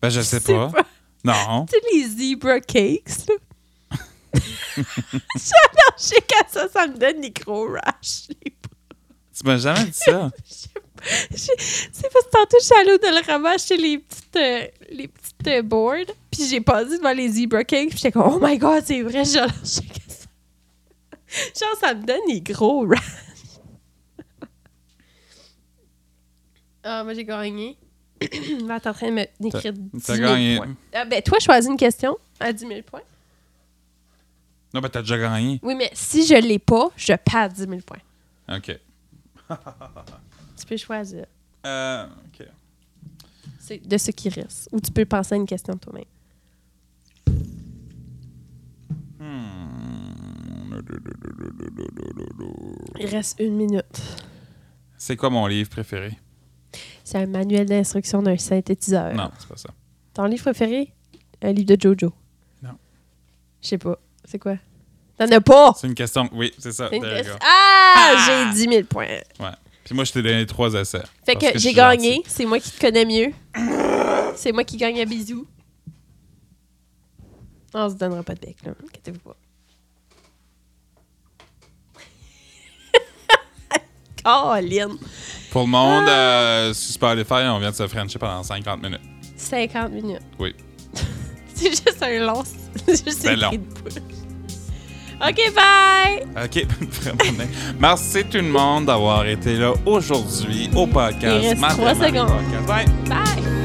Speaker 1: Ben, je sais
Speaker 2: sais
Speaker 1: pas.
Speaker 2: pas.
Speaker 1: Non.
Speaker 2: Tu sais, les zebra cakes, là. J'ai sais qu'à ça, ça me donne des gros rash.
Speaker 1: Tu m'as jamais dit ça.
Speaker 2: J'ai- C'est parce que tantôt, je suis allée au Dolorama acheter les petites, euh, les petites euh, boards, puis j'ai passé devant les zebra cakes, puis j'étais comme « Oh my God, c'est vrai, j'ai allergique à ça! » Genre, ça me donne des gros rash. Ah, moi, j'ai gagné. Là, t'es en train de me décrire 10
Speaker 1: T'as
Speaker 2: 000
Speaker 1: gagné.
Speaker 2: points. Ah, ben, toi, choisis une question à 10 000 points.
Speaker 1: Non, ben, t'as déjà gagné.
Speaker 2: Oui, mais si je l'ai pas, je perds 10 000 points.
Speaker 1: OK.
Speaker 2: Tu peux choisir
Speaker 1: Euh, OK.
Speaker 2: C'est de ce qui reste. Ou tu peux penser à une question toi-même.
Speaker 1: Hmm.
Speaker 2: Il reste une minute.
Speaker 1: C'est quoi mon livre préféré?
Speaker 2: C'est un manuel d'instruction d'un synthétiseur.
Speaker 1: Non, c'est pas ça.
Speaker 2: Ton livre préféré? Un livre de Jojo.
Speaker 1: Non.
Speaker 2: Je sais pas. C'est quoi? T'en as pas!
Speaker 1: C'est une question. Oui, c'est ça.
Speaker 2: C'est une
Speaker 1: There you
Speaker 2: question-
Speaker 1: go.
Speaker 2: Ah!
Speaker 1: Ah!
Speaker 2: J'ai 10 000 points.
Speaker 1: Ouais. Puis moi, je t'ai donné trois essais.
Speaker 2: Fait
Speaker 1: Parce
Speaker 2: que,
Speaker 1: je
Speaker 2: j'ai
Speaker 1: suis
Speaker 2: gagné.
Speaker 1: gentil.
Speaker 2: C'est moi qui te connais mieux. C'est moi qui gagne à bisous. On se donnera pas de bec, là. Inquiétez-vous pas. Caroline!
Speaker 1: Pour le monde,
Speaker 2: Ah!
Speaker 1: euh, sur Spotify, on vient de se frencher pendant 50 minutes.
Speaker 2: 50 minutes.
Speaker 1: Oui.
Speaker 2: C'est juste un long. C'est juste
Speaker 1: Ben
Speaker 2: une
Speaker 1: long.
Speaker 2: cri de poule. OK, bye!
Speaker 1: OK. Vraiment bien. Merci tout le monde d'avoir été là aujourd'hui au podcast.
Speaker 2: Il reste
Speaker 1: Marie-
Speaker 2: trois
Speaker 1: Marie Podcast.
Speaker 2: secondes.
Speaker 1: Bye.
Speaker 2: Bye!